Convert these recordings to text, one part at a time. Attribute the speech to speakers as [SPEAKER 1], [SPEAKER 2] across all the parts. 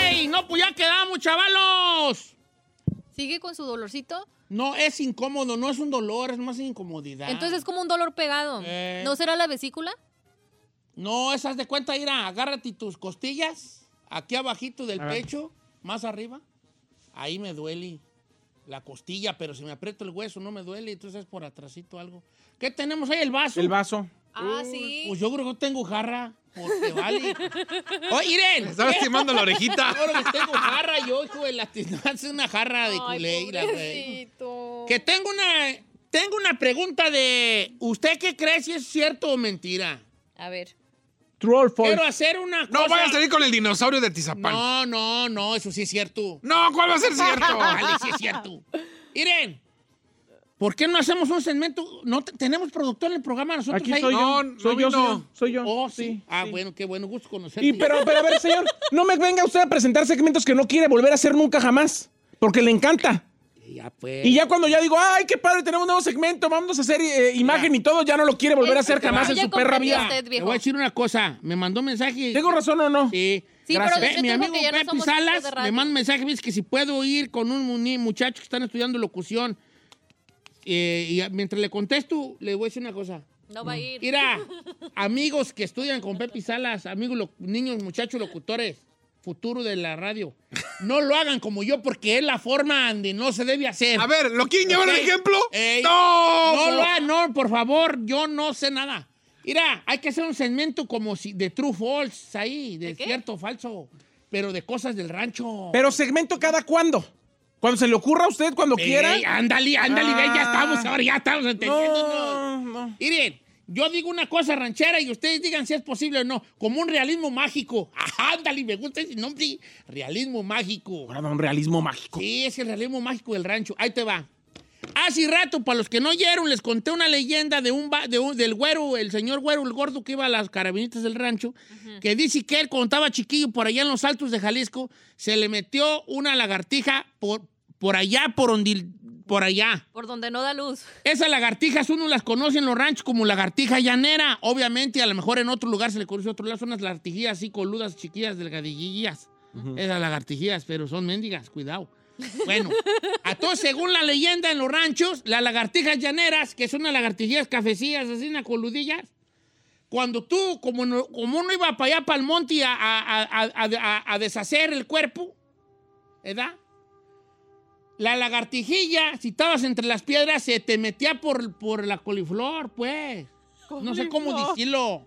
[SPEAKER 1] ¡Ey! No, pues ya quedamos, chavalos.
[SPEAKER 2] ¿Sigue con su dolorcito?
[SPEAKER 1] No, es incómodo, no es un dolor, es más incomodidad.
[SPEAKER 2] Entonces es como un dolor pegado.
[SPEAKER 1] Ah. Eh.
[SPEAKER 2] ¿No será la vesícula?
[SPEAKER 1] No, esas de cuenta, Ira, agárrate tus costillas, aquí abajito del pecho, más arriba. Ahí me duele la costilla, pero si me aprieto el hueso no me duele, entonces es por atrasito algo. ¿Qué tenemos ahí? El vaso.
[SPEAKER 3] El vaso.
[SPEAKER 2] Ah, sí.
[SPEAKER 1] Pues yo creo que tengo jarra, porque vale. ¡Oye, Irene!
[SPEAKER 3] Me estaba estimando la
[SPEAKER 1] Yo
[SPEAKER 3] orejita.
[SPEAKER 1] creo que tengo jarra, yo, hijo de la tiznada, es una jarra de culeira, güey. Que tengo una, tengo una pregunta de, ¿usted qué cree si es cierto o mentira?
[SPEAKER 2] A ver.
[SPEAKER 3] True or
[SPEAKER 1] Quiero hacer una
[SPEAKER 3] No
[SPEAKER 1] cosa-
[SPEAKER 3] vayas a salir con el dinosaurio de Tizapán. No,
[SPEAKER 1] No, no, no, eso sí es cierto.
[SPEAKER 3] ¿cuál va a ser cierto?
[SPEAKER 1] Vale, sí es cierto. Miren, ¿por qué no hacemos un segmento? No te- tenemos productor en el programa nosotros
[SPEAKER 4] Aquí
[SPEAKER 1] ahí?
[SPEAKER 4] soy
[SPEAKER 1] No.
[SPEAKER 4] yo.
[SPEAKER 3] no,
[SPEAKER 4] soy, yo
[SPEAKER 3] vino.
[SPEAKER 4] soy yo, soy yo.
[SPEAKER 1] Oh, sí. ah,
[SPEAKER 4] sí.
[SPEAKER 1] bueno, qué bueno, gusto conocerte.
[SPEAKER 4] Y pero, pero a ver, señor, no me venga usted a presentar segmentos que no quiere volver a hacer nunca jamás, porque le encanta.
[SPEAKER 1] Ya, pues.
[SPEAKER 4] Y ya cuando ya digo, ay, qué padre, tenemos un nuevo segmento, vamos a hacer eh, imagen y todo, ya no lo quiere volver a hacer
[SPEAKER 2] Este,
[SPEAKER 4] jamás en
[SPEAKER 2] ya
[SPEAKER 4] su perra
[SPEAKER 2] comprendió
[SPEAKER 4] vida.
[SPEAKER 2] usted,
[SPEAKER 1] Te
[SPEAKER 2] viejo.
[SPEAKER 1] voy a decir una cosa. Me mandó un mensaje.
[SPEAKER 4] ¿Tengo razón o no?
[SPEAKER 1] Sí.
[SPEAKER 2] Sí, pero
[SPEAKER 1] gracias. mi
[SPEAKER 2] Don Cheto dijo
[SPEAKER 1] amigo
[SPEAKER 2] que ya no
[SPEAKER 1] Pepe
[SPEAKER 2] somos
[SPEAKER 1] Salas
[SPEAKER 2] hijos de radio.
[SPEAKER 1] me manda un mensaje, dice que si puedo ir con un muni- muchacho que están estudiando locución. Eh, y a- mientras le contesto, le voy a decir una cosa.
[SPEAKER 2] No va a ir.
[SPEAKER 1] Mira, amigos que estudian con Pepe Salas, amigos, lo- niños, muchachos, locutores, futuro de la radio, no lo hagan como yo porque es la forma donde no se debe hacer.
[SPEAKER 3] A ver, ¿lo quieren llevar
[SPEAKER 1] Ok.
[SPEAKER 3] de ejemplo?
[SPEAKER 1] Ey.
[SPEAKER 3] ¡No!
[SPEAKER 1] No lo hagan, no, por favor, yo no sé nada. Mira, hay que hacer un segmento como si de true false ahí, de,
[SPEAKER 2] qué?
[SPEAKER 1] cierto falso, pero de cosas del rancho.
[SPEAKER 4] Pero segmento cada cuándo. Cuando se le ocurra a usted, cuando
[SPEAKER 1] Ey,
[SPEAKER 4] quiera.
[SPEAKER 1] ándale, ándale, ve, ya
[SPEAKER 4] Ah.
[SPEAKER 1] estamos, ahora ya estamos entendiendo.
[SPEAKER 4] No, no.
[SPEAKER 1] Miren, yo digo una cosa ranchera y ustedes digan si es posible o no, como un realismo mágico. Ajá, ándale, me gusta ese nombre, realismo mágico.
[SPEAKER 4] Ahora da un realismo mágico.
[SPEAKER 1] Sí, es el realismo mágico del rancho. Ahí te va. Hace rato, para los que no oyeron, les conté una leyenda de un, va- de un- del güero, el señor güero, el gordo que iba a las carabinitas del rancho, que dice que él cuando estaba chiquillo por allá en los altos de Jalisco, se le metió una lagartija por, por allá, por donde, por allá.
[SPEAKER 2] Por donde no da luz.
[SPEAKER 1] Esas lagartijas uno las conoce en los ranchos como lagartija llanera. Obviamente, a lo mejor en otro lugar se le conoce otro lado. Son las lagartijillas así coludas, chiquillas, delgadillillas. Esas lagartijillas, pero son mendigas, cuidado. Bueno, a todos, según la leyenda en los ranchos, las lagartijas llaneras, que son las lagartijillas cafecillas, así unas coludillas, cuando tú, como, no- como uno iba para allá, para el monte, a, a- a- a- a- a deshacer el cuerpo, ¿verdad? La lagartijilla, si estabas entre las piedras, se te metía por, por la coliflor, pues. No sé cómo
[SPEAKER 2] Coliflor.
[SPEAKER 1] decirlo.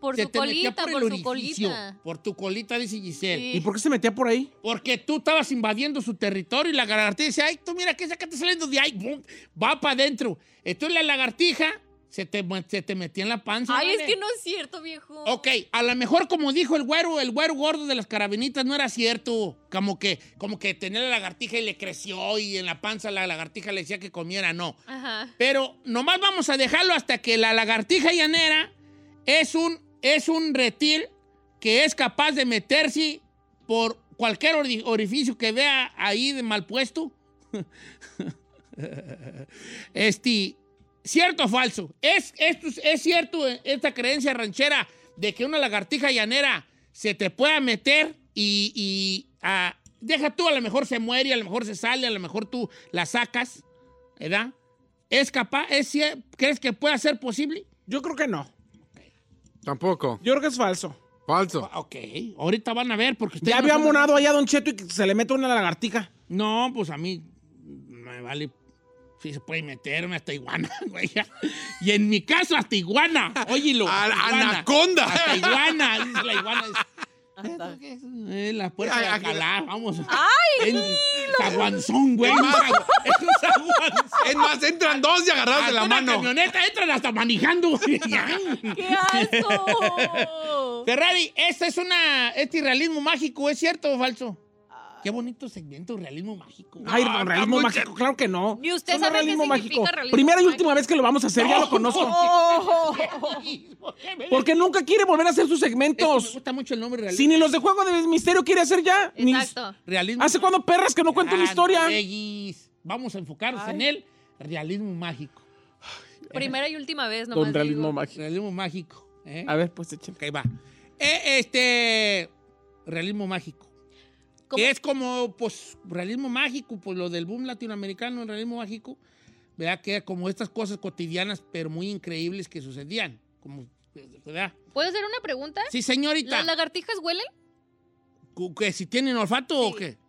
[SPEAKER 2] Por
[SPEAKER 1] se
[SPEAKER 2] su
[SPEAKER 1] te
[SPEAKER 2] colita, por,
[SPEAKER 1] el
[SPEAKER 2] su
[SPEAKER 1] orificio.
[SPEAKER 2] colita.
[SPEAKER 1] Por tu colita, dice Giselle.
[SPEAKER 2] Sí.
[SPEAKER 4] ¿Y por qué se metía por ahí?
[SPEAKER 1] Porque tú estabas invadiendo su territorio y la lagartija dice, ay, tú mira que esa que está saliendo de ahí, ¡Bum! va para adentro. Entonces la lagartija se te, se te metía en la panza.
[SPEAKER 2] Ay, es
[SPEAKER 1] ¿vale? Oh.
[SPEAKER 2] que no es cierto, viejo.
[SPEAKER 1] Ok, a lo mejor como dijo el güero, el güero gordo de las carabinitas no era cierto. Como que, como que tenía la lagartija y le creció y en la panza la lagartija le decía que comiera, no.
[SPEAKER 2] Ajá.
[SPEAKER 1] Pero nomás vamos a dejarlo hasta que la lagartija llanera es un, es un reptil que es capaz de meterse por cualquier ori- orificio que vea ahí de mal puesto. este, ¿Cierto o falso? ¿Es, esto, es- ¿Es cierto esta creencia ranchera de que una lagartija llanera se te pueda meter y, y, ah, deja tú, a lo mejor se muere, a lo mejor se sale, a lo mejor tú la sacas, ¿verdad? ¿Es capaz? Es, cier- ¿Crees que pueda ser posible?
[SPEAKER 4] Yo creo que no.
[SPEAKER 3] Tampoco.
[SPEAKER 4] Yo creo que es falso.
[SPEAKER 3] Falso.
[SPEAKER 1] Ok, ahorita van a ver porque usted
[SPEAKER 4] ya
[SPEAKER 1] no
[SPEAKER 4] había
[SPEAKER 1] sabe-
[SPEAKER 4] monado allá a Don Cheto y que se le mete una lagartija.
[SPEAKER 1] No, pues a mí me vale si se puede meter una hasta iguana, güey. Y en mi caso hasta iguana, óyelo.
[SPEAKER 3] A la
[SPEAKER 1] iguana.
[SPEAKER 3] anaconda.
[SPEAKER 1] Hasta iguana, dice la iguana. Eh, la puerta de
[SPEAKER 3] Ay, aquí-
[SPEAKER 1] Alcalá, vamos. ¡Ay! Caguanzón, güey.
[SPEAKER 3] más.
[SPEAKER 1] Es un zaguanzón.
[SPEAKER 3] Es más, entran dos y agarrados de la
[SPEAKER 1] Hasta una
[SPEAKER 3] mano.
[SPEAKER 1] camioneta entran hasta manejando. güey.
[SPEAKER 2] ¡Qué asco!
[SPEAKER 1] Ferrari, esta es una. Este realismo mágico, ¿es cierto o falso? Qué bonito segmento, realismo mágico.
[SPEAKER 4] Ay,
[SPEAKER 3] está
[SPEAKER 4] don realismo
[SPEAKER 3] muy
[SPEAKER 4] mágico, claro que no.
[SPEAKER 2] Ni usted
[SPEAKER 4] Eso no es
[SPEAKER 2] sabe qué significa realismo
[SPEAKER 4] Primera y
[SPEAKER 2] mágico.
[SPEAKER 4] última vez que lo vamos a hacer, ya lo conozco.
[SPEAKER 1] ¿Por qué me-
[SPEAKER 4] Porque nunca quiere volver a hacer sus
[SPEAKER 1] Es que me
[SPEAKER 4] segmentos.
[SPEAKER 1] gusta mucho el nombre realismo.
[SPEAKER 4] Si ni los de Juego de Misterio quiere hacer ya. ni-
[SPEAKER 2] Exacto. Ah,
[SPEAKER 1] Realismo.
[SPEAKER 4] ¿Hace cuándo perras que no cuento una historia?
[SPEAKER 1] Reyes. Vamos a enfocarnos en el realismo mágico.
[SPEAKER 2] Primera y última vez, nomás
[SPEAKER 4] Don realismo
[SPEAKER 2] digo.
[SPEAKER 4] mágico.
[SPEAKER 1] Realismo mágico. ¿eh?
[SPEAKER 4] A ver, pues échale.
[SPEAKER 1] Ok, va. Eh, este. Realismo mágico.
[SPEAKER 2] ¿Cómo?
[SPEAKER 1] Que es como, pues, realismo mágico, pues lo del boom latinoamericano en realismo mágico, ¿verdad? Que como estas cosas cotidianas, pero muy increíbles que sucedían. Como, ¿verdad?
[SPEAKER 2] ¿Puedo hacer una pregunta?
[SPEAKER 1] Sí, señorita.
[SPEAKER 2] ¿Las lagartijas huelen?
[SPEAKER 1] Cu- ¿Que si tienen olfato o
[SPEAKER 2] Sí.
[SPEAKER 1] qué?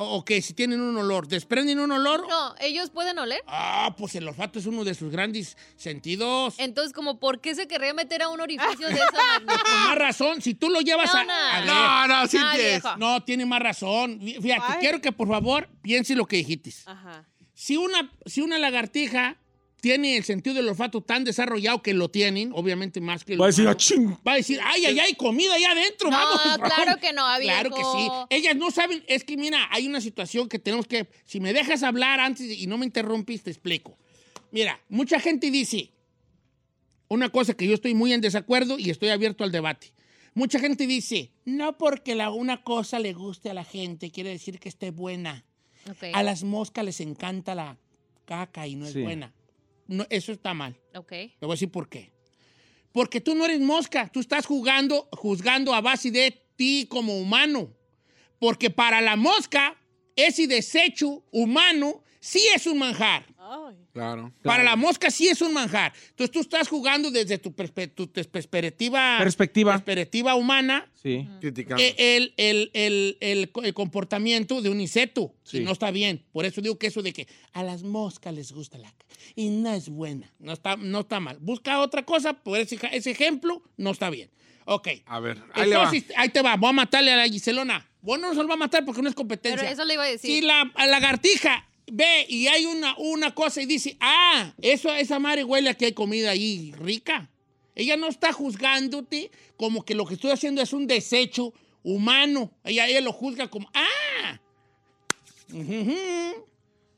[SPEAKER 1] O, o que si tienen un olor. ¿Desprenden un olor?
[SPEAKER 2] No, ellos pueden oler.
[SPEAKER 1] Ah, pues el olfato es uno de sus grandes sentidos.
[SPEAKER 2] Entonces, como, ¿por qué se querría meter a un orificio de esa magnitud?
[SPEAKER 1] Con más razón, si tú lo llevas a...
[SPEAKER 2] No,
[SPEAKER 1] a ver.
[SPEAKER 3] No, no, sí
[SPEAKER 2] Ah,
[SPEAKER 3] que es.
[SPEAKER 2] viejo.
[SPEAKER 1] No, tiene más razón. Fí- Fíjate,
[SPEAKER 5] Ay.
[SPEAKER 1] quiero que por favor piense lo que dijiste. Si una, si una lagartija tiene el sentido del olfato tan desarrollado que lo tienen, obviamente más que el
[SPEAKER 4] Va a decir,
[SPEAKER 1] humano,
[SPEAKER 4] "Ah, ching".
[SPEAKER 1] Va a decir, ay, ay, ay, comida allá adentro,
[SPEAKER 2] No,
[SPEAKER 1] vamos. vamos".
[SPEAKER 2] claro que no,
[SPEAKER 1] Claro que
[SPEAKER 2] viejo.
[SPEAKER 1] sí. Ellas no saben, es que mira, hay una situación que tenemos que, si me dejas hablar antes y no me interrumpís, te explico. Mira, mucha gente dice una cosa que yo estoy muy en desacuerdo y estoy abierto al debate. Mucha gente dice, no porque la, una cosa le guste a la gente quiere decir que esté buena.
[SPEAKER 2] Ok,
[SPEAKER 1] A las moscas les encanta la caca y no
[SPEAKER 4] Sí.
[SPEAKER 1] es buena. No, eso está mal.
[SPEAKER 2] ok.
[SPEAKER 1] Te voy a decir por qué. Porque tú no eres mosca, tú estás jugando, juzgando a base de ti como humano. Porque para la mosca, ese desecho humano sí es un manjar.
[SPEAKER 3] Claro.
[SPEAKER 1] Para la mosca sí es un manjar. Entonces tú estás jugando desde tu, perspe- tu tes- perspectiva,
[SPEAKER 4] Perspectiva.
[SPEAKER 1] perspectiva humana
[SPEAKER 2] Mm.
[SPEAKER 4] Sí.
[SPEAKER 3] Criticando.
[SPEAKER 1] eh, el, el- el- el co- el comportamiento de un insecto.
[SPEAKER 4] Sí.
[SPEAKER 1] Y no está bien. Por eso digo que eso de que a las moscas les gusta la... ca- Y no es buena. No está, no está mal. Busca otra cosa, por ese, ja- ese ejemplo no está bien. Ok.
[SPEAKER 3] A ver, ahí le va.
[SPEAKER 1] Entonces, ahí te va. Voy a matarle a la Giselona. Bueno, no se lo va a matar porque no es competencia.
[SPEAKER 2] Pero eso le iba a
[SPEAKER 1] Si
[SPEAKER 2] decir.
[SPEAKER 1] la a lagartija ve y hay una, una cosa y dice, ah, eso, esa madre huele a que hay comida ahí rica. Ella no está juzgándote como que lo que estoy haciendo es un desecho humano. Ella, ella lo juzga como, ah. Ujujú.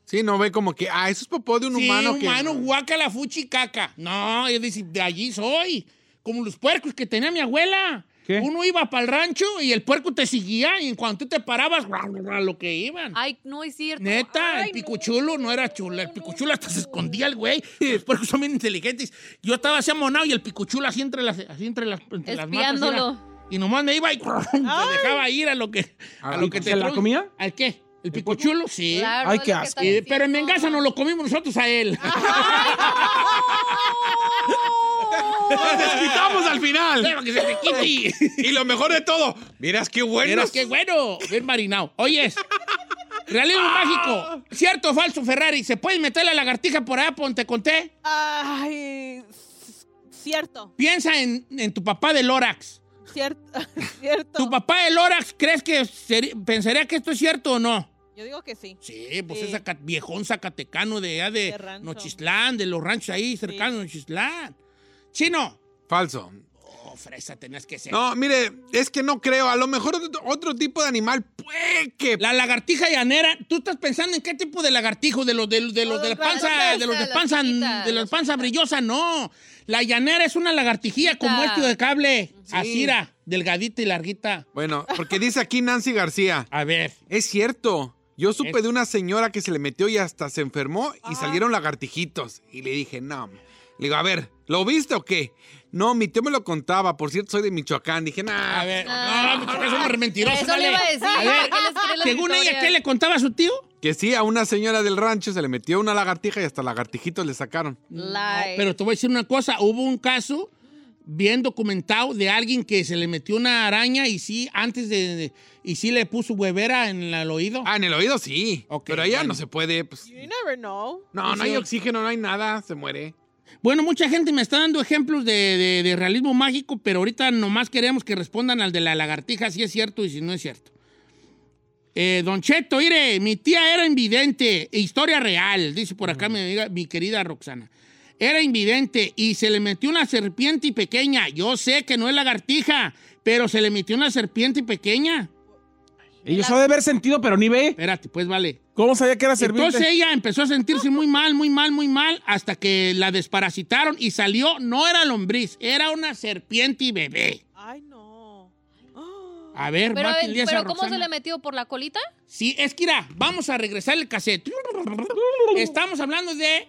[SPEAKER 3] Sí, no ve como que, ah, eso es popó de un
[SPEAKER 1] Sí,
[SPEAKER 3] humano que.
[SPEAKER 1] humano, guácala, fuchi, caca. No, ella dice, de allí soy. Como los puercos que tenía mi abuela.
[SPEAKER 4] ¿Qué?
[SPEAKER 1] Uno iba para el rancho y el puerco te seguía y en cuanto tú te parabas, a lo que iban.
[SPEAKER 2] Ay, no es cierto.
[SPEAKER 1] Neta,
[SPEAKER 2] Ay,
[SPEAKER 1] el
[SPEAKER 2] no.
[SPEAKER 1] picuchulo no, era chula. El picuchulo hasta se escondía el güey. Los puercos son bien inteligentes. Yo estaba así amonado y el picuchulo así entre las, así entre las, entre las matas.
[SPEAKER 2] Espiándolo.
[SPEAKER 1] era. Y nomás me iba y te dejaba ir a lo que, a
[SPEAKER 3] Ah,
[SPEAKER 1] lo
[SPEAKER 3] ¿y
[SPEAKER 1] que
[SPEAKER 4] se
[SPEAKER 1] te
[SPEAKER 4] la
[SPEAKER 1] trajo.
[SPEAKER 4] comía?
[SPEAKER 1] ¿Al qué? ¿El picuchulo? Sí.
[SPEAKER 2] Claro,
[SPEAKER 4] Ay,
[SPEAKER 2] es
[SPEAKER 4] qué
[SPEAKER 2] lo que
[SPEAKER 4] asco.
[SPEAKER 2] está
[SPEAKER 1] Eh, pero en
[SPEAKER 2] diciendo.
[SPEAKER 1] venganza nos lo comimos nosotros a él.
[SPEAKER 3] Nos desquitamos al final.
[SPEAKER 1] Claro que se te quite.
[SPEAKER 3] Y lo mejor de todo, miras qué bueno.
[SPEAKER 1] Pero qué bueno, bien marinado. Oyes, realismo mágico. ¿Cierto o falso, Ferrari? ¿Se puede meter la lagartija por allá, ponte conté?
[SPEAKER 5] Ay, s- cierto,
[SPEAKER 1] Piensa en, en tu papá del Lorax.
[SPEAKER 5] cierto, cierto.
[SPEAKER 1] ¿Tu papá del Lorax crees que seri- pensaría que esto es cierto o no?
[SPEAKER 5] Yo digo que sí.
[SPEAKER 1] Sí, pues
[SPEAKER 5] Sí.
[SPEAKER 1] es zaca- viejón zacatecano de allá de,
[SPEAKER 5] De rancho.
[SPEAKER 1] Nochislán, de los ranchos ahí cercanos de Nochislán. Chino.
[SPEAKER 3] Falso.
[SPEAKER 1] Oh, fresa, tenías que ser.
[SPEAKER 3] No, mire, es que no creo. A lo mejor otro- otro tipo de animal puede que.
[SPEAKER 1] La lagartija llanera, ¿tú estás pensando en qué tipo de lagartijo? De los de, los- de los de la
[SPEAKER 5] Los
[SPEAKER 1] panza,
[SPEAKER 2] grandotes,
[SPEAKER 1] de los de
[SPEAKER 2] las
[SPEAKER 1] panza,
[SPEAKER 2] chiquitas,
[SPEAKER 1] de los
[SPEAKER 2] las
[SPEAKER 1] panza
[SPEAKER 2] chiquitas.
[SPEAKER 1] brillosa, no. La llanera es una lagartijilla
[SPEAKER 2] Chiquita.
[SPEAKER 1] como este de cable. Asira, delgadita y larguita.
[SPEAKER 3] Bueno, porque dice aquí Nancy García.
[SPEAKER 1] A ver.
[SPEAKER 3] Es cierto. Yo supe
[SPEAKER 1] Es-
[SPEAKER 3] de una señora que se le metió y hasta se enfermó y salieron lagartijitos. Y le dije, no. Le digo, a ver, ¿lo viste o qué? No, mi tío me lo contaba. Por cierto, soy de Michoacán. Dije, nah.
[SPEAKER 1] A ver,
[SPEAKER 2] Ah.
[SPEAKER 1] no, muchachos, son mentirosos.
[SPEAKER 2] Eso le iba a decir.
[SPEAKER 1] A ver,
[SPEAKER 2] ¿para qué les quiere las
[SPEAKER 1] según ella,
[SPEAKER 2] historias?
[SPEAKER 1] ¿qué le contaba a su tío?
[SPEAKER 3] Que sí, a una señora del rancho se le metió una lagartija y hasta lagartijitos le sacaron.
[SPEAKER 2] Like.
[SPEAKER 1] Pero te voy a decir una cosa, hubo un caso bien documentado de alguien que se le metió una araña y sí, antes de, de- y sí le puso huevera en la- el oído.
[SPEAKER 3] Ah, en el oído sí.
[SPEAKER 1] Ok,
[SPEAKER 3] pero allá
[SPEAKER 1] bueno.
[SPEAKER 3] no se puede. Pues,
[SPEAKER 5] You never know.
[SPEAKER 3] no, no hay oxígeno, no hay nada, se muere.
[SPEAKER 1] Bueno, mucha gente me está dando ejemplos de, de- de realismo mágico, pero ahorita nomás queremos que respondan al de la lagartija si es cierto y si no es cierto. Eh, don Cheto, mire, mi tía era invidente, e historia real, dice por acá mi, amiga- mi querida Roxana. Era invidente y se le metió una serpiente y pequeña. Yo sé que no es lagartija, pero se le metió una serpiente y pequeña.
[SPEAKER 4] Ellos ha de haber sentido, pero ni ve.
[SPEAKER 1] Espérate, pues vale.
[SPEAKER 4] ¿Cómo sabía que era servirte?
[SPEAKER 1] Entonces ella empezó a sentirse muy mal, muy mal, muy mal, hasta que la desparasitaron y salió, no era lombriz, era una serpiente y bebé.
[SPEAKER 5] Ay, no.
[SPEAKER 1] A ver,
[SPEAKER 2] Pero, a ver,
[SPEAKER 1] mátenle esa
[SPEAKER 2] pero ¿cómo
[SPEAKER 1] Roxana.
[SPEAKER 2] se le metió? ¿Por la colita?
[SPEAKER 1] Sí, es que mira, vamos a regresar el cassette. Estamos hablando de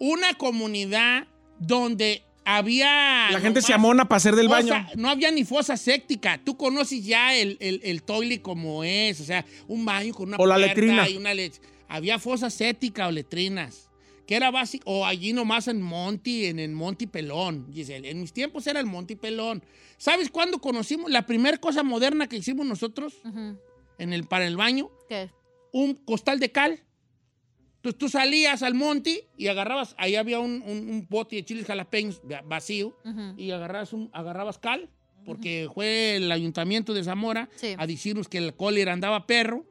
[SPEAKER 1] una comunidad donde había...
[SPEAKER 4] la gente se
[SPEAKER 1] nomás
[SPEAKER 4] amona para hacer del baño.
[SPEAKER 1] fosa- no había ni fosa séptica. Tú conoces ya el, el, el toile como es, o sea, un baño con una
[SPEAKER 4] O la
[SPEAKER 1] puerta
[SPEAKER 4] letrina.
[SPEAKER 1] y una le- Había fosa séptica o letrinas, que era básico, o allí nomás en Monti, en el Monti Pelón, Giselle. En mis tiempos era el Monti Pelón. ¿Sabes cuándo conocimos la primera cosa moderna que hicimos nosotros en el, para el baño?
[SPEAKER 2] ¿Qué?
[SPEAKER 1] un costal de cal. Entonces tú salías al monte y agarrabas, ahí había un, un- un bote de chiles jalapeños va- vacío
[SPEAKER 2] Ujú.
[SPEAKER 1] y agarrabas, un- agarrabas cal, porque fue el ayuntamiento de Zamora
[SPEAKER 2] Sí.
[SPEAKER 1] a decirnos que el cólera andaba perro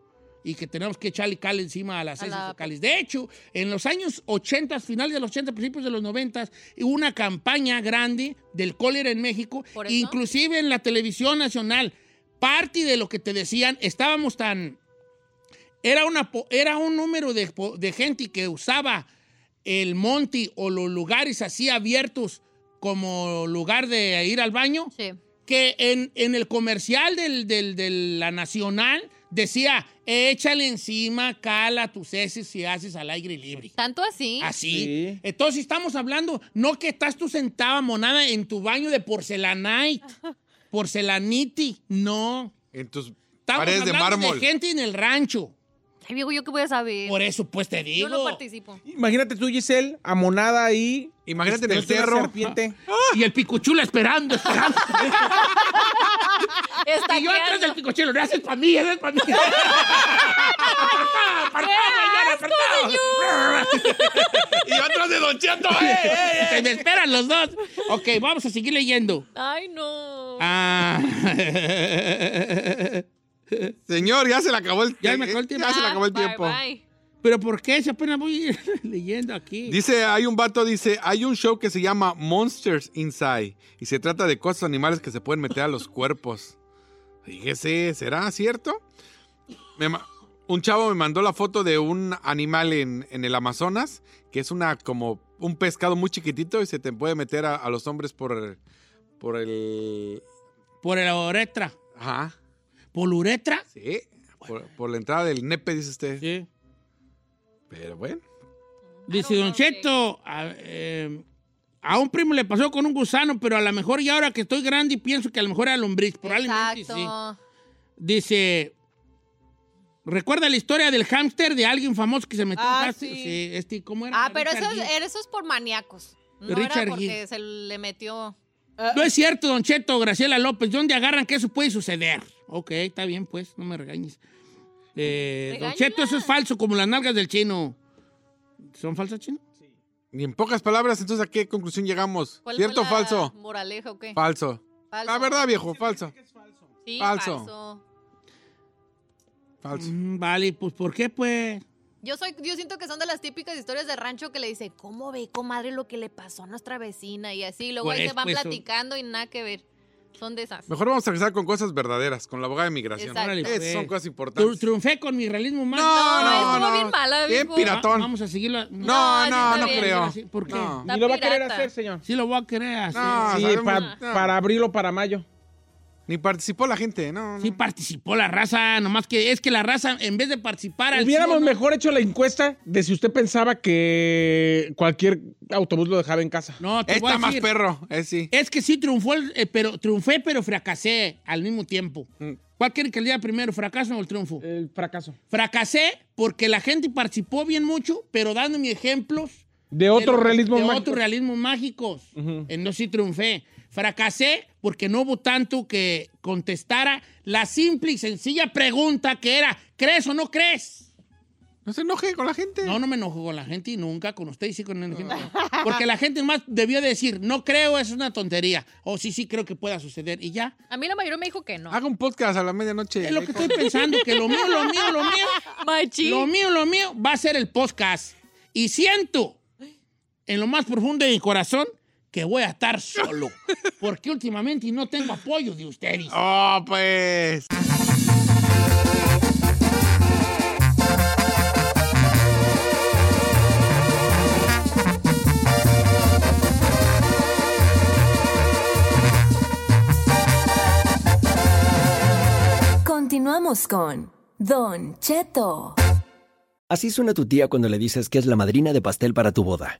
[SPEAKER 1] y que teníamos que echarle cal encima a las
[SPEAKER 2] A
[SPEAKER 1] heces
[SPEAKER 2] la-
[SPEAKER 1] fecales. De hecho, en los años 80, finales de los 80, principios de los 90, hubo una campaña grande del cólera en México,
[SPEAKER 2] ¿Por eso?
[SPEAKER 1] inclusive en la televisión nacional. Parte de lo que te decían, estábamos tan... Era, una, po- era un número de, po- de gente que usaba el monte o los lugares así abiertos como lugar de ir al baño,
[SPEAKER 2] Sí.
[SPEAKER 1] que en, en el comercial del, del- de la Nacional decía, échale encima cala tus heces si haces al aire libre.
[SPEAKER 2] ¿Tanto así?
[SPEAKER 1] Así.
[SPEAKER 4] Sí.
[SPEAKER 1] Entonces estamos hablando, no que estás tú sentada monada en tu baño de porcelanite, porcelaniti, no.
[SPEAKER 3] En tus
[SPEAKER 1] Estamos
[SPEAKER 3] paredes de
[SPEAKER 1] hablando
[SPEAKER 3] mármol.
[SPEAKER 1] de gente en el rancho.
[SPEAKER 2] Ay, viejo, ¿yo qué voy a saber?
[SPEAKER 1] Por eso pues te digo.
[SPEAKER 2] Yo no participo.
[SPEAKER 4] Imagínate tú, Giselle, amonada ahí.
[SPEAKER 3] Imagínate en
[SPEAKER 4] Este,
[SPEAKER 3] el
[SPEAKER 4] es una
[SPEAKER 3] cerro.
[SPEAKER 4] serpiente.
[SPEAKER 1] Y el picuchula esperando, esperando.
[SPEAKER 2] Está
[SPEAKER 1] Y yo atrás del
[SPEAKER 2] quedando.
[SPEAKER 1] picochelo, no haces para mí, haces para mí. Apartado, apartado, ya, apartado.
[SPEAKER 3] Y otros de Don Cheto, eh, eh.
[SPEAKER 1] Se me esperan los dos. Ok, vamos a seguir leyendo.
[SPEAKER 2] Ay, no.
[SPEAKER 1] Ah.
[SPEAKER 3] Señor, ya se le acabó el
[SPEAKER 1] Ya me Ah, acabó el tiempo.
[SPEAKER 3] Ya se le acabó el
[SPEAKER 2] Bye,
[SPEAKER 3] tiempo.
[SPEAKER 2] bye.
[SPEAKER 1] Pero ¿por qué? Si apenas voy leyendo aquí.
[SPEAKER 3] Dice, hay un vato, dice, hay un show que se llama Monsters Inside y se trata de cosas animales que se pueden meter a los cuerpos. Fíjese, ¿será cierto? Me ma- un chavo me mandó la foto de un animal en, en el Amazonas, que es una como un pescado muy chiquitito y se te puede meter a, a los hombres por, por el...
[SPEAKER 1] Por la uretra.
[SPEAKER 3] Ajá,
[SPEAKER 1] ¿Por la uretra?
[SPEAKER 3] sí, por, por la entrada del nepe, dice usted.
[SPEAKER 1] Sí.
[SPEAKER 3] Pero bueno.
[SPEAKER 1] Dice Don Cheto, a, eh, a un primo le pasó con un gusano, pero a lo mejor ya ahora que estoy grande y pienso que a lo mejor era lombriz. Probablemente
[SPEAKER 2] Exacto.
[SPEAKER 1] sí. Dice, ¿recuerda la historia del hámster de alguien famoso que se metió en
[SPEAKER 5] Ah,
[SPEAKER 1] hámster?
[SPEAKER 5] sí.
[SPEAKER 1] este, ¿cómo era?
[SPEAKER 2] Ah, pero eso
[SPEAKER 1] Richard
[SPEAKER 2] es,
[SPEAKER 1] Gere.
[SPEAKER 2] eso es por maníacos. No
[SPEAKER 1] Richard
[SPEAKER 2] era porque
[SPEAKER 1] Gere.
[SPEAKER 2] se le metió.
[SPEAKER 1] No es cierto, Don Cheto, Graciela López. ¿Dónde agarran que eso puede suceder? Ok, está bien, pues, no me regañes. Eh, don
[SPEAKER 2] Regáñala.
[SPEAKER 1] Cheto, eso es falso, como las nalgas del chino. ¿Son falsas, chino?
[SPEAKER 3] Y en pocas palabras, entonces, ¿a qué conclusión llegamos?
[SPEAKER 2] ¿Cuál fue
[SPEAKER 3] ¿Cierto o
[SPEAKER 2] la
[SPEAKER 3] falso?
[SPEAKER 2] ¿Moraleja o qué?
[SPEAKER 3] Falso.
[SPEAKER 2] Falso.
[SPEAKER 3] La verdad, viejo, falso.
[SPEAKER 2] Sí,
[SPEAKER 3] falso.
[SPEAKER 2] falso.
[SPEAKER 3] Falso.
[SPEAKER 1] Mm, vale, pues, ¿por qué, pues?
[SPEAKER 2] Yo soy, yo siento que son de las típicas historias de rancho que le dicen, ¿cómo ve, comadre, lo que le pasó a nuestra vecina? Y así, luego ahí
[SPEAKER 1] Pues,
[SPEAKER 2] se van
[SPEAKER 1] pues, son-
[SPEAKER 2] platicando y nada que ver. Son de esas.
[SPEAKER 3] Mejor vamos a regresar con cosas verdaderas, con la abogada de migración.
[SPEAKER 2] Exacto.
[SPEAKER 1] Órale,
[SPEAKER 3] Esas
[SPEAKER 1] pues.
[SPEAKER 3] son cosas
[SPEAKER 1] Tru-
[SPEAKER 3] importantes.
[SPEAKER 1] triunfé con mi realismo más.
[SPEAKER 3] No,
[SPEAKER 2] No,
[SPEAKER 3] no,
[SPEAKER 2] estuvo
[SPEAKER 3] no.
[SPEAKER 2] bien mala,
[SPEAKER 3] Bien
[SPEAKER 2] viejo.
[SPEAKER 3] pirata. piratón.
[SPEAKER 1] Vamos a seguirlo.
[SPEAKER 3] No,
[SPEAKER 2] No,
[SPEAKER 3] no,
[SPEAKER 2] sí
[SPEAKER 3] no,
[SPEAKER 2] está bien.
[SPEAKER 3] creo.
[SPEAKER 1] Sí, ¿Por qué?
[SPEAKER 3] No.
[SPEAKER 2] Está
[SPEAKER 4] Ni lo va a querer
[SPEAKER 2] pirata.
[SPEAKER 4] hacer, señor.
[SPEAKER 1] Sí lo voy a querer hacer.
[SPEAKER 3] No,
[SPEAKER 4] Sí,
[SPEAKER 3] sabemos-
[SPEAKER 4] pa-
[SPEAKER 3] no.
[SPEAKER 4] para abril o para mayo.
[SPEAKER 3] Ni participó la gente, no. no.
[SPEAKER 1] Sí participó la raza, nomás que es que la raza, en vez de participar al
[SPEAKER 4] Hubiéramos
[SPEAKER 1] sí o no-
[SPEAKER 4] mejor hecho la encuesta de si usted pensaba que cualquier autobús lo dejaba en casa.
[SPEAKER 1] No, te voy a
[SPEAKER 3] Está más
[SPEAKER 1] decir,
[SPEAKER 3] perro, es sí.
[SPEAKER 1] Es que sí triunfó, el- eh, pero triunfé, pero fracasé al mismo tiempo.
[SPEAKER 3] Mm.
[SPEAKER 1] ¿Cuál quiere que le diga primero, fracaso o el triunfo?
[SPEAKER 4] El fracaso.
[SPEAKER 1] Fracasé porque la gente participó bien mucho, pero dándome ejemplos
[SPEAKER 6] De otro
[SPEAKER 1] de-
[SPEAKER 6] realismo
[SPEAKER 1] de
[SPEAKER 6] mágico.
[SPEAKER 1] otros realismos mágicos.
[SPEAKER 6] Ujú.
[SPEAKER 1] En No sí triunfé. Fracasé porque no hubo tanto que contestara la simple y sencilla pregunta que era, ¿crees o no crees?
[SPEAKER 3] No se enoje con la gente.
[SPEAKER 1] No, no me enojo con la gente y nunca, con usted y sí con la gente. Porque la gente más debió decir, no creo, es una tontería. O sí, sí creo que pueda suceder. Y ya,
[SPEAKER 2] A mí la mayoría me dijo que no.
[SPEAKER 3] Haga un podcast a la medianoche.
[SPEAKER 1] es lo que estoy pensando, que lo mío, lo mío, lo mío.
[SPEAKER 2] Machi.
[SPEAKER 1] Lo mío, lo mío va a ser el podcast. Y siento en lo más profundo de mi corazón que voy a estar solo. Porque últimamente no tengo apoyo de ustedes.
[SPEAKER 3] Oh, pues.
[SPEAKER 7] Continuamos con Don Cheto.
[SPEAKER 8] Así suena tu tía cuando le dices que es la madrina de pastel para tu boda.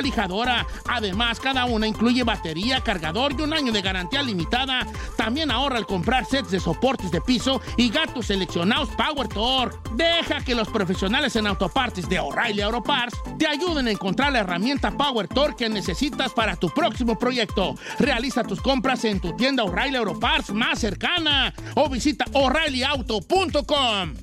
[SPEAKER 1] lijadora. Además, cada una incluye batería, cargador y un año de garantía limitada. También ahorra al comprar sets de soportes de piso y gatos seleccionados Power Torque. Deja que los profesionales en autopartes de O'Reilly Auto Parts te ayuden a encontrar la herramienta Power Torque que necesitas para tu próximo proyecto. Realiza tus compras en tu tienda O'Reilly Auto Parts más cercana o visita o'ReillyAuto.com.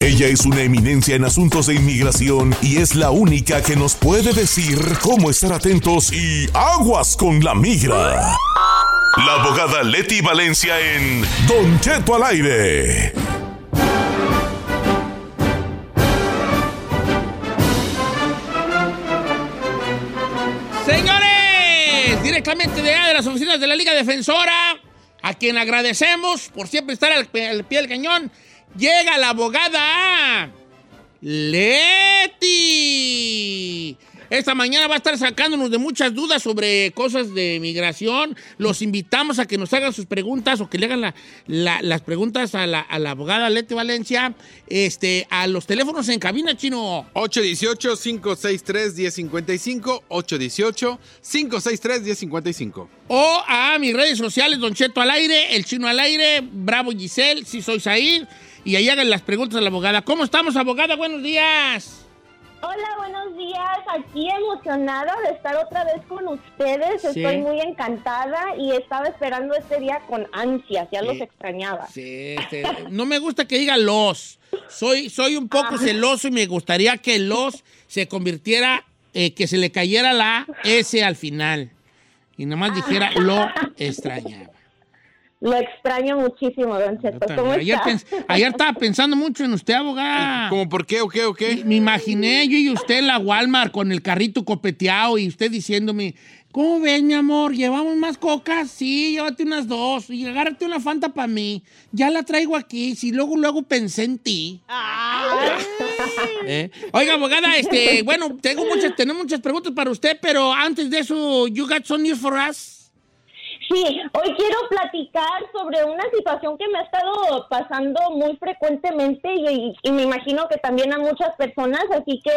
[SPEAKER 9] Ella es una eminencia en asuntos de inmigración y es la única que nos puede decir cómo estar atentos y aguas con la migra. La abogada Leti Valencia en Don Cheto al aire.
[SPEAKER 1] Señores, directamente de, allá de las oficinas de la Liga Defensora, a quien agradecemos por siempre estar al, pe- al pie del cañón, llega la abogada Leti. Esta mañana va a estar sacándonos de muchas dudas sobre cosas de migración. Los invitamos a que nos hagan sus preguntas o que le hagan la- la- las preguntas a la, a la abogada Leti Valencia este, a los teléfonos en cabina chino.
[SPEAKER 3] 818-563-1055. 818-563-1055.
[SPEAKER 1] O a mis redes sociales, Don Cheto al aire, El Chino al aire, Bravo Giselle, si sois ahí. Y ahí hagan las preguntas a la abogada. ¿Cómo estamos, abogada? Buenos días.
[SPEAKER 4] Hola, buenos días. Aquí emocionada de estar otra vez con ustedes.
[SPEAKER 1] Sí.
[SPEAKER 4] Estoy muy encantada y estaba esperando este día con ansias. Ya
[SPEAKER 1] Sí.
[SPEAKER 4] los extrañaba.
[SPEAKER 1] Sí, este, no me gusta que diga los. Soy, soy un
[SPEAKER 4] Ah.
[SPEAKER 1] poco celoso y me gustaría que los se convirtiera, eh, que se le cayera la S al final. Y nada más dijera lo
[SPEAKER 4] Ah.
[SPEAKER 1] extrañaba.
[SPEAKER 4] Lo extraño muchísimo, Don
[SPEAKER 1] Yo
[SPEAKER 4] Cheto.
[SPEAKER 1] también.
[SPEAKER 4] Pues, ¿Cómo
[SPEAKER 1] Ayer,
[SPEAKER 4] está?
[SPEAKER 1] pens- ayer estaba pensando mucho en usted, abogada.
[SPEAKER 3] ¿Cómo por qué o qué o
[SPEAKER 1] Eh, Me-
[SPEAKER 3] qué?
[SPEAKER 1] Me imaginé yo y usted en la Walmart con el carrito copeteado y usted diciéndome, ¿cómo ves, mi amor? ¿Llevamos más cocas? Sí, llévate unas dos y agárrate una Fanta para mí. Ya la traigo aquí. Si luego, luego pensé en ti. ¿Eh? Oiga, abogada, este, bueno, tengo muchas, tenemos muchas preguntas para usted, pero antes de eso, you got some news for us.
[SPEAKER 4] Sí, hoy quiero platicar sobre una situación que me ha estado pasando muy frecuentemente y, y me imagino que también a muchas personas, así que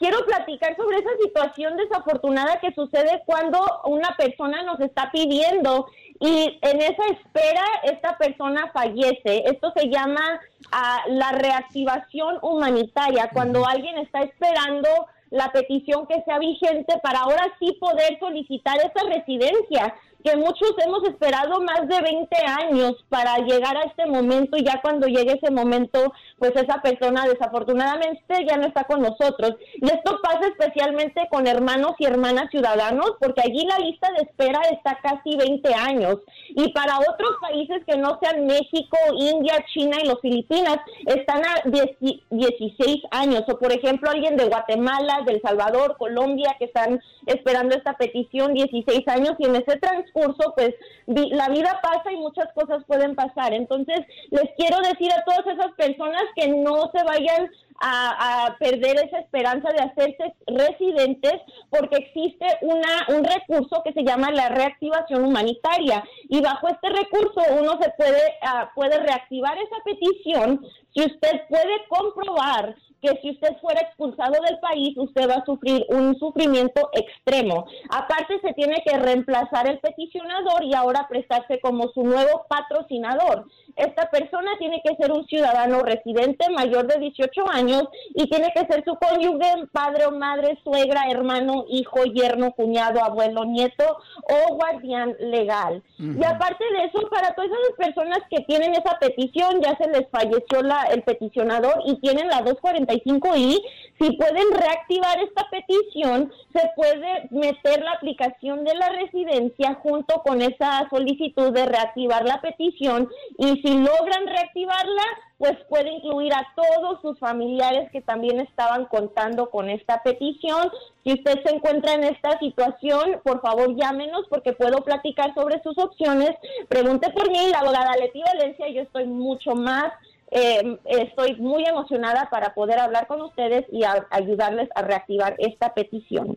[SPEAKER 4] quiero platicar sobre esa situación desafortunada que sucede cuando una persona nos está pidiendo y en esa espera esta persona fallece. Esto se llama ah, la reactivación humanitaria, cuando alguien está esperando la petición que sea vigente para ahora sí poder solicitar esa residencia.
[SPEAKER 8] que muchos hemos esperado más de 20 años para llegar a este momento y ya cuando llegue ese momento, pues esa persona desafortunadamente ya no está con nosotros. Y esto pasa especialmente con hermanos y hermanas ciudadanos, porque allí la lista de espera está casi 20 años. Y para otros países que no sean México, India, China y los Filipinas, están a 10 16 años. O por ejemplo, alguien de Guatemala, del Salvador, Colombia, que están esperando esta petición 16 años y en ese transcurso, pues vi- la vida pasa y muchas cosas pueden pasar. Entonces, les quiero decir a todas esas personas que no se vayan a, a perder esa esperanza de hacerse residentes porque existe una, un recurso que se llama la reactivación humanitaria y bajo este recurso uno se puede, ah, puede reactivar esa petición si usted puede comprobar que si usted fuera expulsado del país, usted va a sufrir un sufrimiento extremo. Aparte, se tiene que reemplazar el peticionador y ahora prestarse como su nuevo patrocinador. Esta persona tiene que ser un ciudadano residente mayor de 18 años y tiene que ser su cónyuge, padre o madre, suegra, hermano, hijo, yerno, cuñado, abuelo, nieto o guardián legal. Y aparte de eso, para todas esas personas que tienen esa petición, ya se les falleció la, el peticionador y tienen la 245i, si pueden reactivar esta petición, se puede meter la aplicación de la residencia junto con esa solicitud de reactivar la petición y si logran reactivarla, pues puede incluir a todos sus familiares que también estaban contando con esta petición. Si usted se encuentra en esta situación, por favor llámenos porque puedo platicar sobre sus opciones. Pregunte por mí, la abogada Leti Valencia, yo estoy mucho más, eh, estoy muy emocionada para poder hablar con ustedes y a- ayudarles a reactivar esta petición.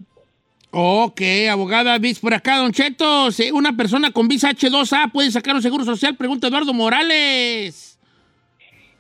[SPEAKER 1] Ok, abogada, vis por acá, don Cheto. si una persona con visa H2A puede sacar un seguro social, pregunta Eduardo Morales.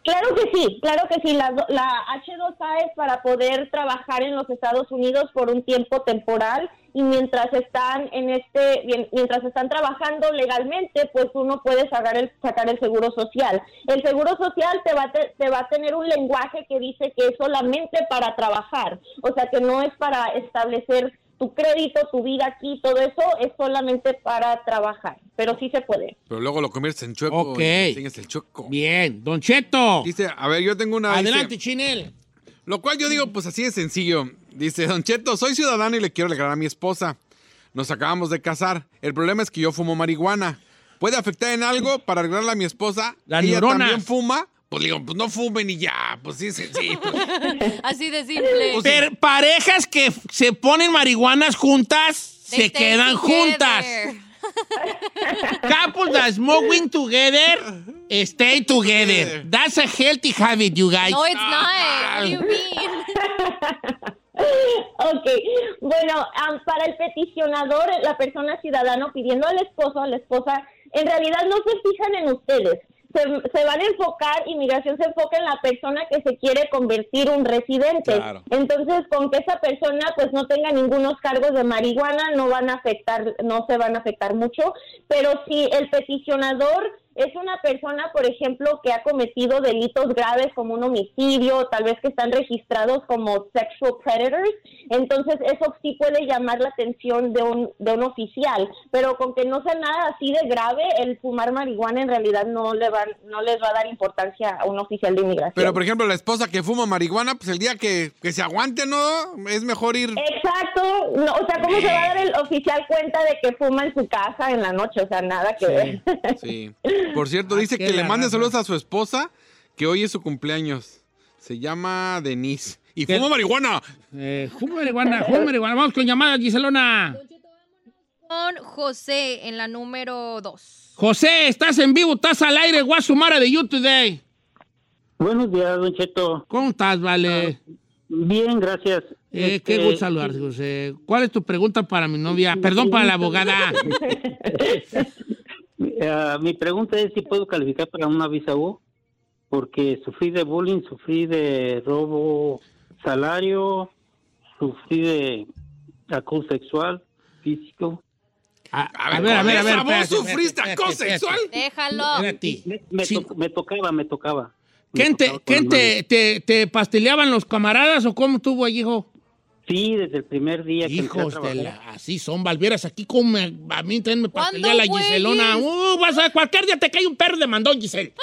[SPEAKER 8] Claro que sí, claro que sí. La, do- la H2A es para poder trabajar en los Estados Unidos por un tiempo temporal y mientras están en este, bien- mientras están trabajando legalmente, pues uno puede sacar el, sacar el seguro social. El seguro social te va, a te, te va a tener un lenguaje que dice que es solamente para trabajar, o sea que no es para establecer tu crédito, tu vida aquí, todo eso es solamente para trabajar, pero sí se puede.
[SPEAKER 3] Pero luego lo conviertes en chueco.
[SPEAKER 1] Ok.
[SPEAKER 3] y le enseñas el chueco.
[SPEAKER 1] Bien, Don Cheto.
[SPEAKER 3] Dice, a ver, yo tengo una. dice,
[SPEAKER 1] Adelante, Chinel.
[SPEAKER 3] lo cual yo digo, pues así de sencillo. Dice, Don Cheto, soy ciudadano y le quiero alegrar a mi esposa. Nos acabamos de casar. El problema es que yo fumo marihuana. ¿Puede afectar en algo para arreglarle a mi esposa?
[SPEAKER 1] Las
[SPEAKER 3] ¿Ella
[SPEAKER 1] neuronas.
[SPEAKER 3] también fuma? Pues le digo, pues no fumen y ya. Pues sí, sí, sí.
[SPEAKER 2] Así de simple.
[SPEAKER 1] Per- parejas que f- se ponen marihuanas juntas,
[SPEAKER 2] They
[SPEAKER 1] se
[SPEAKER 2] stay
[SPEAKER 1] quedan juntas.
[SPEAKER 2] together.
[SPEAKER 1] Couples that smoking together, stay together. That's a healthy habit, you guys.
[SPEAKER 2] No, it's not. What do you mean?
[SPEAKER 8] Ok, bueno, am, para el peticionador, la persona ciudadano pidiendo al esposo, a la esposa, en realidad no se fijan en ustedes. Se, se van a enfocar, inmigración se enfoca en la persona que se quiere convertir un residente.
[SPEAKER 3] Claro.
[SPEAKER 8] Entonces, con que esa persona pues no tenga ningunos cargos de marihuana, no van a afectar, no se van a afectar mucho, pero si el peticionador es una persona, por ejemplo, que ha cometido delitos graves como un homicidio, tal vez que están registrados como sexual predators, entonces eso sí puede llamar la atención de un, de un oficial, pero con que no sea nada así de grave, el fumar marihuana en realidad no le van, no les va a dar importancia a un oficial de inmigración.
[SPEAKER 3] Pero, por ejemplo, la esposa que fuma marihuana, pues el día que, que se aguante, ¿no? Es mejor ir.
[SPEAKER 8] Exacto, no, o sea, ¿cómo se va a dar el oficial cuenta de que fuma en su casa en la noche? O sea, nada que ver.
[SPEAKER 3] Sí. Por cierto, dice
[SPEAKER 1] Ah, qué
[SPEAKER 3] que le
[SPEAKER 1] la
[SPEAKER 3] mande
[SPEAKER 1] raza.
[SPEAKER 3] saludos a su esposa, que hoy es su cumpleaños. Se llama Denise. Y
[SPEAKER 1] ¿Qué?
[SPEAKER 3] fuma marihuana.
[SPEAKER 1] Eh, fumo marihuana, fumo marihuana. Vamos con llamadas, Giselona.
[SPEAKER 2] Con José en la número 2.
[SPEAKER 1] José, estás en vivo, estás al aire, Guasumara de You Today.
[SPEAKER 4] Buenos días, Don Cheto.
[SPEAKER 1] ¿Cómo estás, Vale?
[SPEAKER 4] Bien, gracias.
[SPEAKER 1] Eh,
[SPEAKER 4] Este,
[SPEAKER 1] Qué gusto saludarte, José. ¿Cuál es tu pregunta para mi novia? Perdón, para la abogada.
[SPEAKER 4] ah, mi pregunta es si puedo calificar para una visa U, porque sufrí de bullying, sufrí de robo salario, sufrí de acoso sexual, físico.
[SPEAKER 1] a ver, a ver, a ver, espérate, espérate, espérate,
[SPEAKER 2] Déjalo.
[SPEAKER 1] Espérate.
[SPEAKER 4] Me, me to- me tocaba, me tocaba.
[SPEAKER 1] ¿Quién te, quién te, te- te pasteleaban los camaradas o cómo estuvo ahí, hijo?
[SPEAKER 8] Sí, desde el primer día que
[SPEAKER 1] Hijos
[SPEAKER 8] entré a
[SPEAKER 1] de
[SPEAKER 8] trabajar.
[SPEAKER 1] la- así son, Valvieras, aquí como me- a mí también me pastelea la
[SPEAKER 8] ¿Cuándo,
[SPEAKER 1] Giselona. Uh, vas a cualquier día te cae un perro de mandón, Giselle.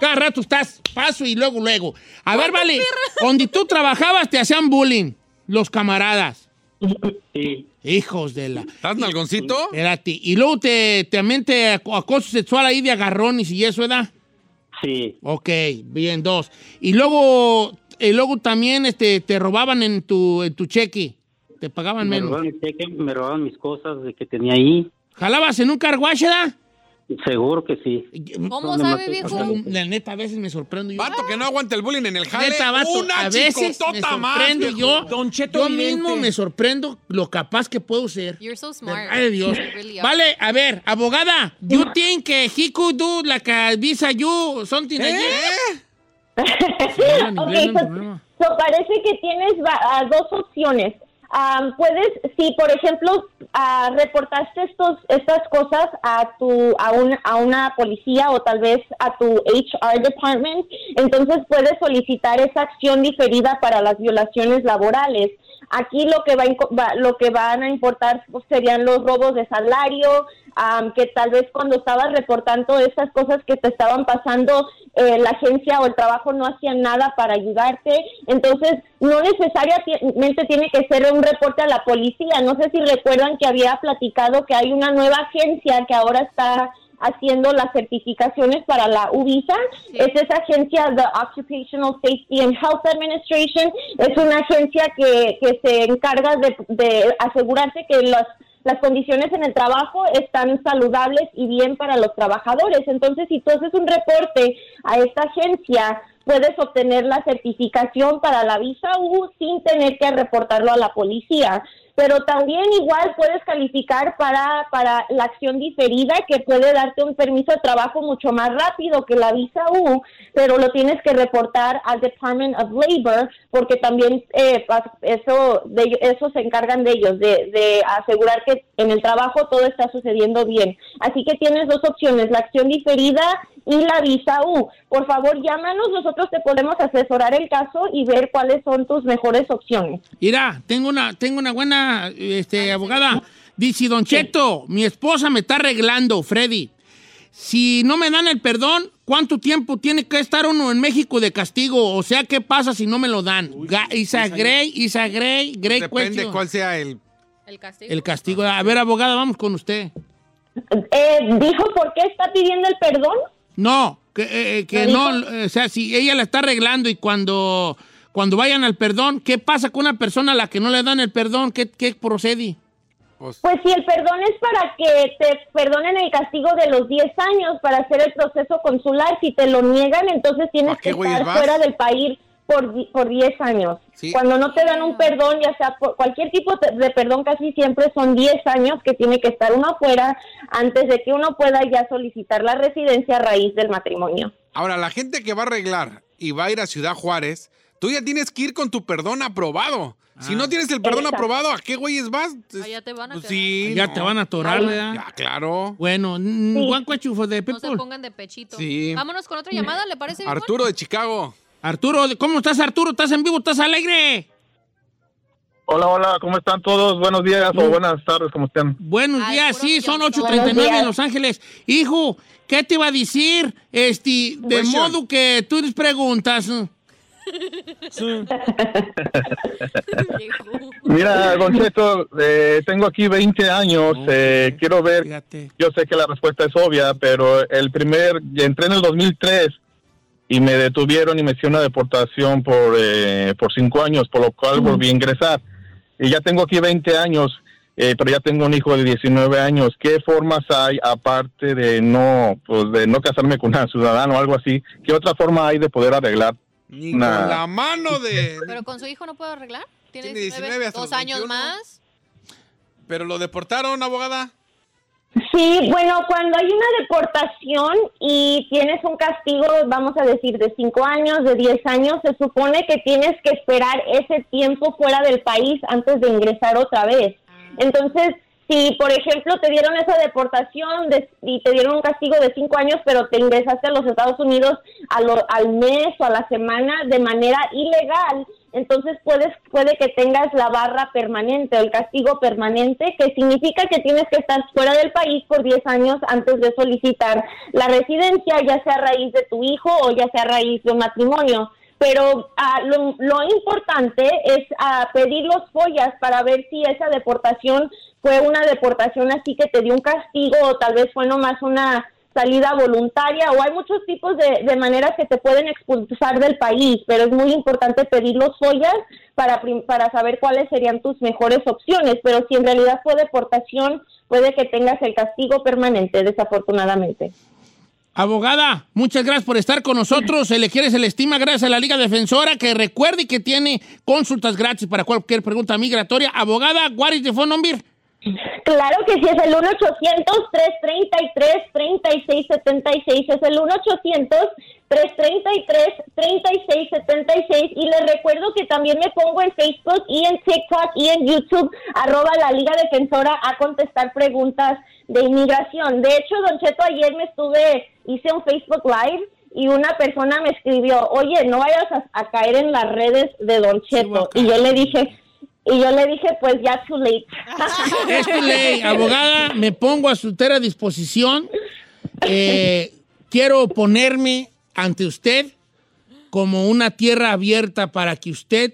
[SPEAKER 1] Cada rato estás paso y luego, luego. A ver, vale, donde tú trabajabas te hacían bullying, los camaradas. Hijos de la...
[SPEAKER 3] ¿Estás nalgoncito?
[SPEAKER 1] Espérate, y luego te, también te ac- acoso sexual ahí de agarrones y eso, ¿verdad?
[SPEAKER 8] Sí.
[SPEAKER 1] Ok, bien, dos. Y luego, y luego también este, te robaban en tu, en tu cheque, te pagaban
[SPEAKER 8] Me
[SPEAKER 1] menos.
[SPEAKER 8] robaban, mi cheque, me robaban mis cosas de que tenía ahí.
[SPEAKER 1] ¿Jalabas en un carguache, da?
[SPEAKER 8] Seguro que sí.
[SPEAKER 1] ¿Cómo
[SPEAKER 8] Donde me-
[SPEAKER 1] La neta, a veces me sorprendo yo.
[SPEAKER 3] Vato que no aguanta el bullying en el jale.
[SPEAKER 1] Neta, vato,
[SPEAKER 3] una
[SPEAKER 1] a veces me
[SPEAKER 3] chicotota más,
[SPEAKER 1] sorprendo
[SPEAKER 3] viejo.
[SPEAKER 1] yo. yo
[SPEAKER 3] vidente.
[SPEAKER 1] mismo me sorprendo lo capaz que puedo ser.
[SPEAKER 2] You're so smart.
[SPEAKER 1] Ay, Dios.
[SPEAKER 2] You really are.
[SPEAKER 1] Vale, a ver, abogada, you think que he could do like a visa you something like that?
[SPEAKER 10] Ok, so- so parece que tienes va- ah, dos opciones. Am, puedes, si por ejemplo ah, reportaste estos, estas cosas a tu a, un- a una policía o tal vez a tu HR department, entonces puedes solicitar esa acción diferida para las violaciones laborales. Aquí lo que va, a inco- va- lo que van a importar pues, serían los robos de salario, am, que tal vez cuando estabas reportando esas cosas que te estaban pasando, eh, la agencia o el trabajo no hacían nada para ayudarte. Entonces, no necesariamente tiene que ser un reporte a la policía. No sé si recuerdan que había platicado que hay una nueva agencia que ahora está haciendo las certificaciones para la UVISA. Es esa agencia, the Occupational Safety and Health Administration. Es una agencia que, eh, que se encarga de, de asegurarse que las, las condiciones en el trabajo están saludables y bien para los trabajadores. Entonces, si tú haces un reporte a esta agencia, puedes obtener la certificación para la visa U sin tener que reportarlo a la policía. Pero también igual puedes calificar para, para la acción diferida que puede darte un permiso de trabajo mucho más rápido que la visa U, pero lo tienes que reportar al Department of Labor porque también eh, pa- eso, de, ello- eso se encargan de ellos, de, de asegurar que en el trabajo todo está sucediendo bien. Así que tienes dos opciones, la acción diferida y la visa U. Por favor, llámanos, nosotros te podemos asesorar el caso y ver cuáles son tus mejores opciones.
[SPEAKER 1] Mira, tengo una, tengo una buena este, abogada. Dice, Don Cheto, mi esposa me está arreglando, Freddy. Si no me dan el perdón, ¿cuánto tiempo tiene que estar uno en México de castigo? O sea, ¿qué pasa si no me lo dan? Ga- Isa Gray, Isa Gray, Gray
[SPEAKER 10] pues,
[SPEAKER 3] Depende cuál sea el...
[SPEAKER 2] El castigo.
[SPEAKER 1] El castigo. A ver, abogada, vamos con usted.
[SPEAKER 10] Eh, ¿Dijo por qué está pidiendo el perdón?
[SPEAKER 1] No, que, eh, eh, que
[SPEAKER 10] ¿Lo
[SPEAKER 1] no, eh, o sea, si ella la está arreglando y cuando, cuando vayan al perdón, ¿qué pasa con una persona a la que no le dan el perdón? ¿Qué, qué procede?
[SPEAKER 10] Pues si el perdón es para que te perdonen el castigo de los 10 años para hacer el proceso consular, si te lo niegan, entonces tienes
[SPEAKER 1] qué
[SPEAKER 10] que
[SPEAKER 1] güeyes
[SPEAKER 10] estar
[SPEAKER 1] vas?
[SPEAKER 10] fuera del país por, di- por 10 años.
[SPEAKER 3] Sí.
[SPEAKER 10] Cuando no te dan un perdón, ya sea por cualquier tipo de- de perdón, casi siempre son 10 años que tiene que estar uno afuera antes de que uno pueda ya solicitar la residencia a raíz del matrimonio.
[SPEAKER 3] Ahora, la gente que va a arreglar y va a ir a Ciudad Juárez, tú ya tienes que ir con tu perdón aprobado. Si
[SPEAKER 1] Ah.
[SPEAKER 3] no tienes el perdón
[SPEAKER 1] Exacto.
[SPEAKER 3] aprobado, ¿a qué güeyes vas?
[SPEAKER 2] Allá Ah, te van a
[SPEAKER 3] Pues
[SPEAKER 2] quedar.
[SPEAKER 3] sí.
[SPEAKER 1] Ya
[SPEAKER 3] no.
[SPEAKER 1] te van a atorar,
[SPEAKER 3] Ay,
[SPEAKER 1] ¿verdad?
[SPEAKER 3] Ya, claro.
[SPEAKER 1] Bueno,
[SPEAKER 3] Sí.
[SPEAKER 1] one question for the
[SPEAKER 2] No se
[SPEAKER 1] people.
[SPEAKER 2] pongan de pechito.
[SPEAKER 3] Sí.
[SPEAKER 2] Vámonos con otra llamada, ¿le parece bien?
[SPEAKER 3] Arturo de Chicago.
[SPEAKER 1] Arturo, ¿cómo estás, Arturo? ¿Estás en vivo? ¿Estás alegre?
[SPEAKER 4] Hola, hola, ¿cómo están todos? Buenos días
[SPEAKER 10] Mm.
[SPEAKER 4] o buenas tardes, ¿cómo están?
[SPEAKER 1] Buenos días, sí, son 8.39
[SPEAKER 4] Buenos
[SPEAKER 1] en
[SPEAKER 4] días.
[SPEAKER 1] Los Ángeles. Hijo, ¿qué te iba a decir? Este, de
[SPEAKER 4] Question.
[SPEAKER 1] modo que tú les preguntas.
[SPEAKER 4] Mira, Don Cheto, eh, tengo aquí 20 años, eh, quiero ver, yo sé que la respuesta es obvia, pero el primer, entré en el 2003 y me detuvieron y me hicieron una deportación por, eh, por cinco años, por lo cual volví a ingresar. Y ya tengo aquí 20 años, eh, pero ya tengo un hijo de 19 años. ¿Qué formas hay, aparte de no, pues, de no casarme con un ciudadano o algo así, qué otra forma hay de poder arreglar
[SPEAKER 3] Ni
[SPEAKER 4] una-
[SPEAKER 3] con la mano de...
[SPEAKER 2] Pero con su hijo no puedo arreglar. Tiene,
[SPEAKER 3] Tiene
[SPEAKER 2] 19,
[SPEAKER 3] 19 hasta
[SPEAKER 2] dos
[SPEAKER 3] los
[SPEAKER 2] años
[SPEAKER 3] 21.
[SPEAKER 2] más.
[SPEAKER 3] Pero lo deportaron, abogada.
[SPEAKER 10] Sí, bueno, cuando hay una deportación y tienes un castigo, vamos a decir, de 5 años, de 10 años, se supone que tienes que esperar ese tiempo fuera del país antes de ingresar otra vez. Entonces, si por ejemplo te dieron esa deportación de- y te dieron un castigo de 5 años, pero te ingresaste a los Estados Unidos a lo- al mes o a la semana de manera ilegal, entonces puedes, puede que tengas la barra permanente o el castigo permanente, que significa que tienes que estar fuera del país por 10 años antes de solicitar la residencia, ya sea a raíz de tu hijo o ya sea a raíz de un matrimonio. Pero ah, lo, lo importante es ah, pedir los follas para ver si esa deportación fue una deportación así que te dio un castigo o tal vez fue nomás una salida voluntaria o hay muchos tipos de, de maneras que te pueden expulsar del país, pero es muy importante pedir los follas para, prim- para saber cuáles serían tus mejores opciones, pero si en realidad fue deportación, puede que tengas el castigo permanente, desafortunadamente.
[SPEAKER 1] Abogada, muchas gracias por estar con nosotros. Se le quiere, se le estima. Gracias a la Liga Defensora que recuerde que tiene consultas gratis para cualquier pregunta migratoria. Abogada, what is the phone number?
[SPEAKER 10] Claro que sí, es el 1-800-333-3676, es el 1-800-333-3676 y les recuerdo que también me pongo en Facebook y en TikTok y en YouTube, arroba la Liga Defensora a contestar preguntas de inmigración. De hecho, Don Cheto, ayer me estuve, hice un Facebook Live y una persona me escribió, oye, no vayas a, a caer en las redes de Don Cheto. y yo le dije... Y yo le dije, pues ya too late.
[SPEAKER 1] Es tu ley, abogada, me pongo a su entera disposición. Eh, quiero ponerme ante usted como una tierra abierta para que usted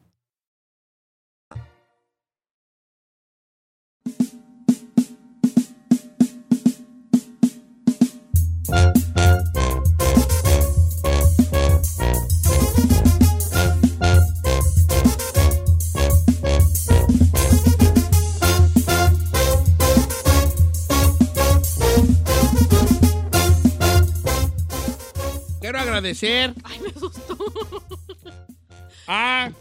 [SPEAKER 1] Quiero agradecer. Ay, me asustó. A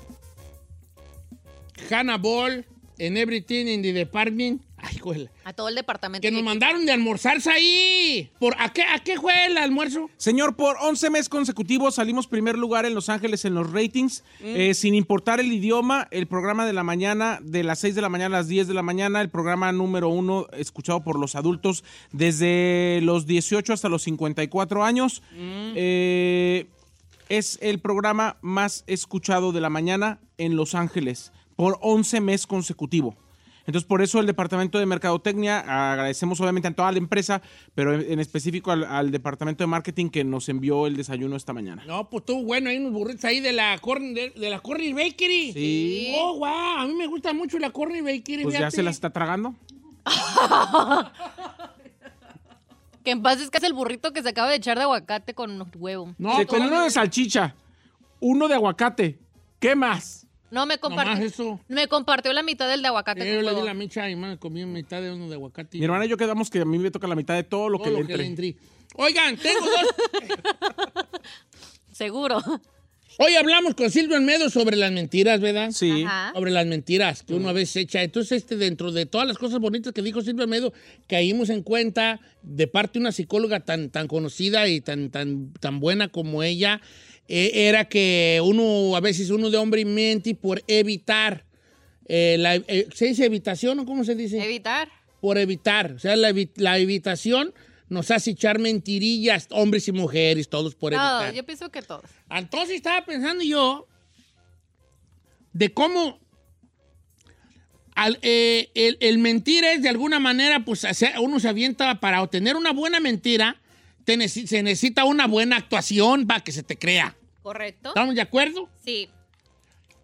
[SPEAKER 1] Hannah Ball en Everything in the Department. Ay, juela.
[SPEAKER 2] A todo el departamento.
[SPEAKER 1] Que nos mandaron de almorzarse ahí. ¿Por, ¿a, qué, ¿A qué fue el almuerzo?
[SPEAKER 4] Señor, por 11 meses consecutivos salimos primer lugar en Los Ángeles en los ratings,
[SPEAKER 1] Mm.
[SPEAKER 4] eh, sin importar el idioma, el programa de la mañana, de las 6 de la mañana a las 10 de la mañana, el programa número uno escuchado por los adultos desde los 18 hasta los 54 años. Eh, es el programa más escuchado de la mañana en Los Ángeles por 11 meses consecutivo. Entonces, por eso el Departamento de Mercadotecnia, agradecemos obviamente a toda la empresa, pero en, en específico al, al Departamento de Marketing que nos envió el desayuno esta mañana.
[SPEAKER 1] No, pues estuvo bueno, hay unos burritos ahí de la, corn- de, de la Corner Bakery.
[SPEAKER 4] Sí.
[SPEAKER 1] Oh, wow, a mí me gusta mucho la Corner Bakery.
[SPEAKER 4] Pues ya
[SPEAKER 1] fíjate.
[SPEAKER 4] se las está tragando.
[SPEAKER 2] Que en paz descanse el burrito que se acaba de echar de aguacate con huevo.
[SPEAKER 4] No, con uno de salchicha, uno de aguacate. ¿Qué más?
[SPEAKER 2] No,
[SPEAKER 1] Nomás
[SPEAKER 2] me compartió.
[SPEAKER 1] eso.
[SPEAKER 2] Me compartió la mitad del de aguacate.
[SPEAKER 1] Eh, Yo
[SPEAKER 2] con
[SPEAKER 1] le di
[SPEAKER 2] huevo.
[SPEAKER 1] la mecha y me comí mitad de uno de aguacate.
[SPEAKER 4] Mi hermana y yo quedamos que a mí me toca la mitad de todo lo
[SPEAKER 1] Todo
[SPEAKER 4] que le
[SPEAKER 1] lo que le
[SPEAKER 4] entre.
[SPEAKER 1] Oigan, tengo dos.
[SPEAKER 2] Seguro.
[SPEAKER 1] Hoy hablamos con Silvio Almedo sobre las mentiras, ¿verdad?
[SPEAKER 4] Sí.
[SPEAKER 2] Ajá. Mm.
[SPEAKER 1] Sobre las mentiras que uno a veces echa. Entonces, este, dentro de todas las cosas bonitas que dijo Silvio Almedo, caímos en cuenta de parte de una psicóloga tan, tan conocida y tan, tan, tan buena como ella, eh, era que uno, a veces uno de hombre miente por evitar. eh, la- eh, ¿Se dice evitación o cómo se dice?
[SPEAKER 2] Evitar.
[SPEAKER 1] por evitar. O sea, la, evi- la evitación nos hace echar mentirillas, hombres y mujeres, todos por
[SPEAKER 2] No,
[SPEAKER 1] evitar.
[SPEAKER 2] yo pienso que todos.
[SPEAKER 1] Entonces estaba pensando yo de cómo al- eh, el, el mentir es de alguna manera, pues hacer- uno se avienta para obtener una buena mentira, te nece- se necesita una buena actuación para que se te crea.
[SPEAKER 2] ¿Correcto?
[SPEAKER 1] ¿Estamos de acuerdo?
[SPEAKER 2] Sí.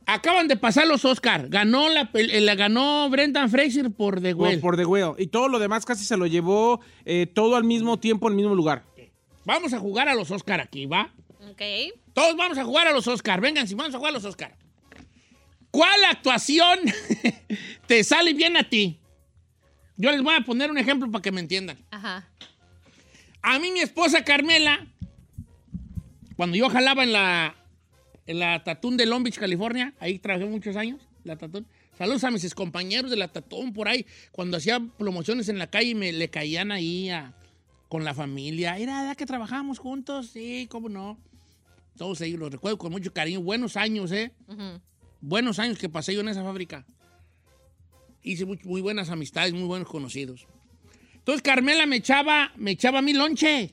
[SPEAKER 1] Acaban de pasar los Oscar. Ganó la, pel- eh, la ganó Brendan Fraser por The
[SPEAKER 4] Por,
[SPEAKER 1] Whale.
[SPEAKER 4] Pues por The Whale. Y todo lo demás casi se lo llevó eh, todo al mismo tiempo, al mismo lugar.
[SPEAKER 1] Vamos a jugar a los Oscar aquí, ¿va?
[SPEAKER 2] Ok.
[SPEAKER 1] Todos vamos a jugar a los Oscar. Vengan, si vamos a jugar a los Oscar. ¿Cuál actuación te sale bien a ti? Yo les voy a poner un ejemplo para que me entiendan.
[SPEAKER 2] Ajá.
[SPEAKER 1] A mí mi esposa Carmela, cuando yo jalaba en la, en la Tatún de Long Beach, California, ahí trabajé muchos años, la Tatún. Saludos a mis compañeros de la Tatún por ahí, cuando hacía promociones en la calle me le caían ahí a- con la familia. Era la que trabajamos juntos, sí, cómo no. Todos ellos los recuerdo con mucho cariño. Buenos años, ¿eh?
[SPEAKER 2] Ujú.
[SPEAKER 1] buenos años que pasé yo en esa fábrica. Hice muy, muy buenas amistades, muy buenos conocidos. Entonces Carmela me echaba, me echaba mi lonche.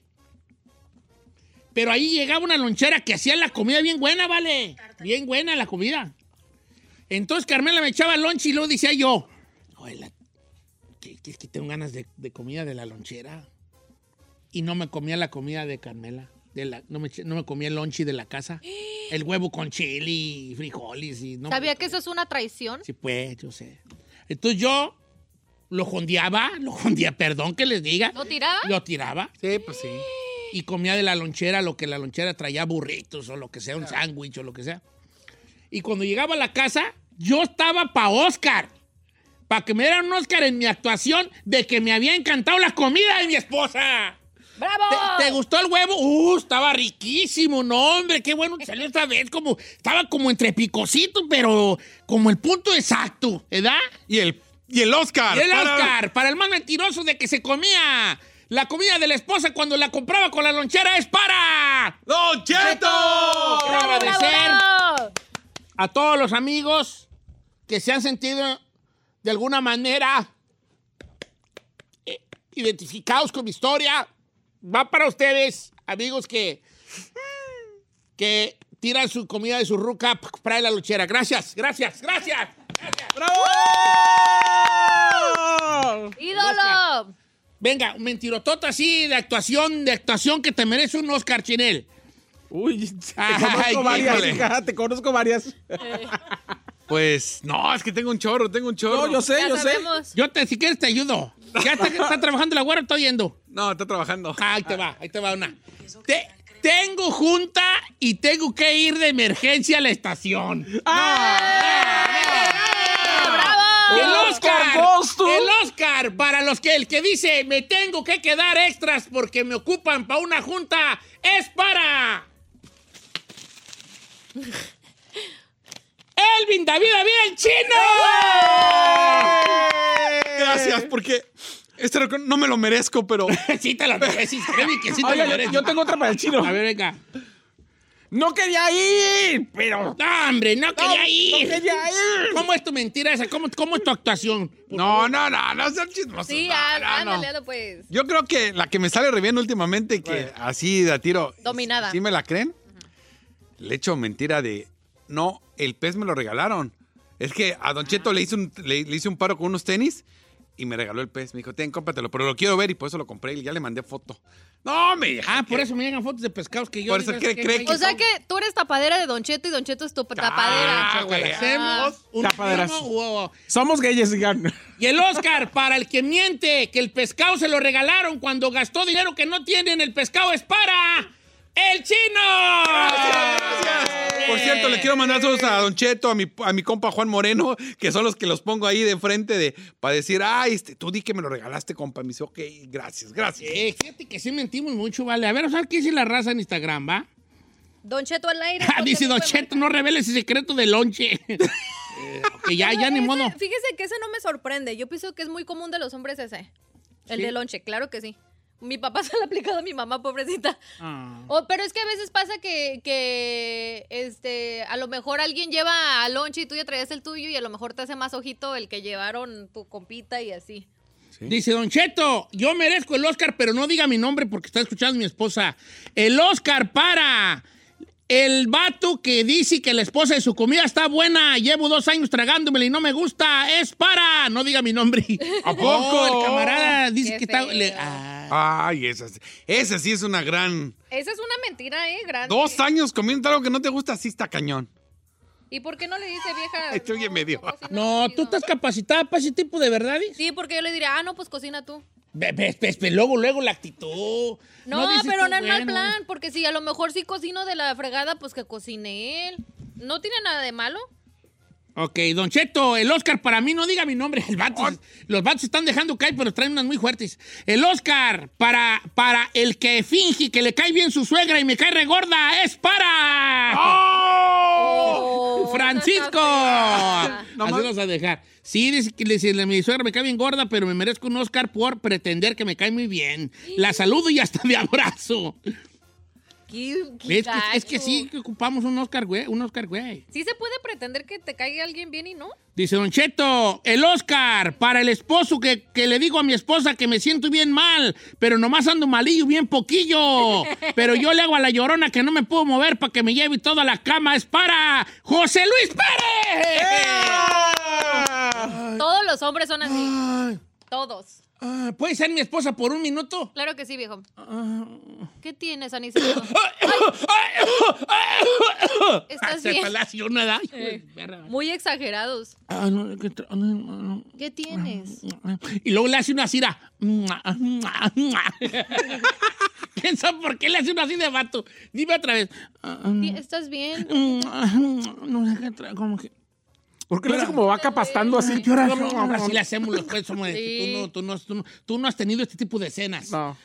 [SPEAKER 1] Pero ahí llegaba una lonchera que hacía la comida bien buena, ¿vale? Bien buena la comida. Entonces Carmela me echaba lonche y luego decía yo, "Oye, la- que, que- que tengo ganas de, de comida de la lonchera. Y no me comía la comida de Carmela. De la, no, me, eché- no me comía el lonche de la casa. El huevo con chili y frijoles y no me-
[SPEAKER 2] ¿Sabía que eso es una traición?
[SPEAKER 1] Sí, pues, yo sé. Entonces yo lo jondeaba, lo jondeaba, perdón que les diga.
[SPEAKER 2] ¿Lo tiraba?
[SPEAKER 1] Lo tiraba. Sí, pues sí. Y comía de la lonchera lo que la lonchera traía, burritos o lo que sea, un sándwich o lo que sea. Y cuando llegaba a la casa, yo estaba para Oscar. Para que me dieran un Oscar en mi actuación de que me había encantado la comida de mi esposa.
[SPEAKER 2] ¡Bravo!
[SPEAKER 1] ¿Te, te gustó el huevo? ¡Uh! Estaba riquísimo, no, hombre, qué bueno que salió esta vez. Como, estaba como entre picositos, pero como el punto exacto, ¿verdad?
[SPEAKER 3] Y el, y el Oscar.
[SPEAKER 1] Y el
[SPEAKER 3] para-
[SPEAKER 1] Oscar, para el más mentiroso de que se comía la comida de la esposa cuando la compraba con la lonchera, es para.
[SPEAKER 3] ¡Don Cheto!
[SPEAKER 1] Quiero agradecer a todos los amigos que se han sentido de alguna manera eh, identificados con mi historia. Va para ustedes, amigos que, que tiran su comida de su ruca para la lonchera. Gracias, gracias, gracias.
[SPEAKER 4] ¡Bravo!
[SPEAKER 2] ¡Ídolo!
[SPEAKER 1] Venga, un mentirotota así de actuación, de actuación que te merece un Oscar, Chinel.
[SPEAKER 4] Uy, te
[SPEAKER 3] Ay,
[SPEAKER 4] conozco varias,
[SPEAKER 3] híjole.
[SPEAKER 4] hija, te conozco varias.
[SPEAKER 3] Pues no, es que tengo un chorro, tengo un chorro.
[SPEAKER 4] No, yo sé,
[SPEAKER 2] Ya
[SPEAKER 4] yo sé.
[SPEAKER 2] sabemos.
[SPEAKER 1] Yo te, si quieres te ayudo. Ya está, está trabajando la guarda, estoy yendo.
[SPEAKER 3] No, está trabajando.
[SPEAKER 1] Ahí te va, ahí te va una. Te- tengo junta y tengo que ir de emergencia a la estación.
[SPEAKER 2] ¡Bravo!
[SPEAKER 1] El Oscar,
[SPEAKER 4] Oscar Goes to-
[SPEAKER 1] el Oscar, para los que el que dice me tengo que quedar extras porque me ocupan para una junta, es para Elvin David David el chino.
[SPEAKER 3] Gracias, porque este recuerdo no me lo merezco, pero
[SPEAKER 1] sí te la mereces, Elvin, que sí te
[SPEAKER 4] Oiga,
[SPEAKER 1] la mereces.
[SPEAKER 4] yo, yo tengo otra para el chino.
[SPEAKER 1] A ver, venga.
[SPEAKER 4] No quería ir, pero.
[SPEAKER 1] No, hombre, no quería ir.
[SPEAKER 4] No quería ir.
[SPEAKER 1] ¿Cómo es tu mentira esa? ¿Cómo, cómo es tu actuación?
[SPEAKER 3] No, no, no, no sean chismosos.
[SPEAKER 2] Sí,
[SPEAKER 3] no,
[SPEAKER 2] á-
[SPEAKER 1] Ah,
[SPEAKER 3] no, no.
[SPEAKER 2] ándale, ándale, pues.
[SPEAKER 3] Yo creo que la que me sale re bien últimamente, que así de a tiro.
[SPEAKER 2] Dominada.
[SPEAKER 3] ¿Sí me la creen? Le echo mentira de. No, el pez me lo regalaron. Es que a Don Cheto le hice un, le, le hice un paro con unos tenis y me regaló el pez. Me dijo, ten, cómpratelo, pero lo quiero ver y por eso lo compré y ya le mandé foto. No, me
[SPEAKER 1] Ah, por eso me llegan fotos de pescados que yo...
[SPEAKER 3] Por eso
[SPEAKER 1] digo,
[SPEAKER 3] cree-
[SPEAKER 1] ¿qué
[SPEAKER 3] cree
[SPEAKER 1] güey?
[SPEAKER 2] O sea que tú eres tapadera de Don Cheto y Don Cheto es tu tapadera.
[SPEAKER 1] Ah, güey,
[SPEAKER 2] Ah.
[SPEAKER 1] hacemos un
[SPEAKER 4] Tapaderas.
[SPEAKER 1] memo, wow.
[SPEAKER 4] Somos gays, digan.
[SPEAKER 1] Y el Oscar para el que miente que el pescado se lo regalaron cuando gastó dinero que no tiene en el pescado es para el chino.
[SPEAKER 3] Por cierto, le quiero mandar saludos a Don Cheto, a mi, a mi compa Juan Moreno, que son los que los pongo ahí de frente de, para decir, ay, este, tú di que me lo regalaste, compa. Me dice, ok, gracias, gracias.
[SPEAKER 1] Eh, fíjate que sí mentimos mucho, vale. A ver, ¿sabes qué dice la raza en Instagram, va?
[SPEAKER 2] Don Cheto al aire.
[SPEAKER 1] Ah, dice Don Cheto, no reveles el secreto del lonche. Eh, ok, ya, ya ni
[SPEAKER 2] Ese-
[SPEAKER 1] modo.
[SPEAKER 2] Fíjese que ese no me sorprende. Yo pienso que es muy común de los hombres ese. El
[SPEAKER 1] ¿Sí?
[SPEAKER 2] de lonche, claro que sí. Mi papá se lo ha aplicado a mi mamá, pobrecita.
[SPEAKER 1] Ah.
[SPEAKER 2] Oh, pero es que a veces pasa que, que, este, a lo mejor alguien lleva a lonche y tú ya traías el tuyo y a lo mejor te hace más ojito el que llevaron tu compita y así.
[SPEAKER 1] Dice Don Cheto, yo merezco el Oscar, pero no diga mi nombre porque está escuchando mi esposa. El Oscar para el vato que dice que la esposa de su comida está buena. Llevo dos años tragándomela y no me gusta. Es para, no diga mi nombre.
[SPEAKER 3] ¿A poco?
[SPEAKER 1] Oh, el camarada dice
[SPEAKER 2] Qué
[SPEAKER 1] que está...
[SPEAKER 2] feo.
[SPEAKER 1] le- ah.
[SPEAKER 3] Ay, esa, esa sí es una gran...
[SPEAKER 2] Esa es una mentira, ¿eh? Grande.
[SPEAKER 3] Dos años comiendo algo que no te gusta, sí está cañón.
[SPEAKER 2] ¿Y por qué no le dice vieja?
[SPEAKER 3] Estoy en medio.
[SPEAKER 1] No, tú estás capacitada para ese tipo de verdades.
[SPEAKER 2] Sí, porque yo le diría, ah, no, pues cocina tú.
[SPEAKER 1] Ve- ve- ve- ve, luego, luego la actitud.
[SPEAKER 2] No,
[SPEAKER 1] dices
[SPEAKER 2] pero
[SPEAKER 1] tú,
[SPEAKER 2] no es mal
[SPEAKER 1] bueno.
[SPEAKER 2] plan, porque si a lo mejor sí cocino de la fregada, pues que cocine él. No tiene nada de malo.
[SPEAKER 1] Ok, Don Cheto, el Oscar para mí, no diga mi nombre, el vato- los vatos están dejando caer, pero traen unas muy fuertes. El Oscar para, para el que finge que le cae bien su suegra y me cae regorda es para... ¡Francisco! Así vamos a dejar. Sí, dice que le- si le- mi suegra me cae bien gorda, pero me merezco un Oscar por pretender que me cae muy bien. La saludo y hasta de abrazo.
[SPEAKER 2] Qué- qué
[SPEAKER 1] Es que, es que
[SPEAKER 2] gacho.
[SPEAKER 1] sí que ocupamos un Oscar, güey, un Oscar, güey.
[SPEAKER 2] Sí se puede pretender que te caiga alguien bien y no.
[SPEAKER 1] Dice Don Cheto, el Oscar para el esposo que, que le digo a mi esposa que me siento bien mal, pero nomás ando malillo, bien poquillo. Pero yo le hago a la llorona que no me puedo mover para que me lleve toda la cama. Es para José Luis Pérez.
[SPEAKER 2] Todos los hombres son así. Todos.
[SPEAKER 1] Ah, ¿Puede ser mi esposa por un minuto?
[SPEAKER 2] Claro que sí, viejo.
[SPEAKER 1] Ah.
[SPEAKER 2] ¿Qué tienes, Aniceto? ¿Estás
[SPEAKER 1] Hasta el
[SPEAKER 2] bien?
[SPEAKER 1] palacio, nada.
[SPEAKER 2] Eh, Muy exagerados.
[SPEAKER 1] Ah, no, que tra- no, no.
[SPEAKER 2] ¿Qué tienes?
[SPEAKER 1] Y luego le hace una cira. ¿Quién sabe por qué le hace una así de vato? Dime otra vez.
[SPEAKER 2] Ti- ¿Estás bien?
[SPEAKER 1] No sé qué tra- como que.
[SPEAKER 4] Porque lo hace como vaca pastando así. ¿Qué hora?
[SPEAKER 1] No, hombre, así le hacemos los jueces, hombre.
[SPEAKER 2] Sí.
[SPEAKER 1] Tú, no, tú, no, tú, no, tú no has tenido este tipo de escenas. No.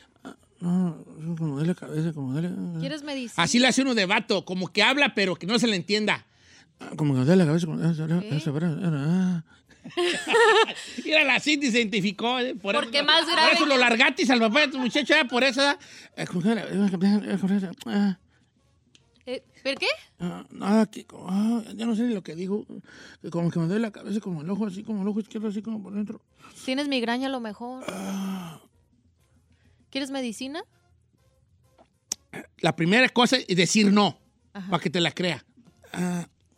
[SPEAKER 1] como duele la cabeza, como duele.
[SPEAKER 2] ¿Quieres medicina?
[SPEAKER 1] Así le hace uno de vato, como que habla, pero que no se le entienda. Ah, Como que duele la cabeza. como- "Ah, Mira, la Cindy se identificó. eh, Por
[SPEAKER 2] Porque
[SPEAKER 1] eso,
[SPEAKER 2] más grave
[SPEAKER 1] Por eso
[SPEAKER 2] que-
[SPEAKER 1] lo largatis al papá de tu muchacho, eh, por eso. eh,
[SPEAKER 2] Eh, ¿Pero qué?
[SPEAKER 1] Ah, Nada, que, ah, ya no sé ni lo que digo. que Como que me duele la cabeza, como el ojo, así como el ojo izquierdo, así como por dentro.
[SPEAKER 2] Tienes migraña a lo mejor.
[SPEAKER 1] Ah.
[SPEAKER 2] ¿Quieres medicina?
[SPEAKER 1] La primera cosa es decir no, para que te la crea.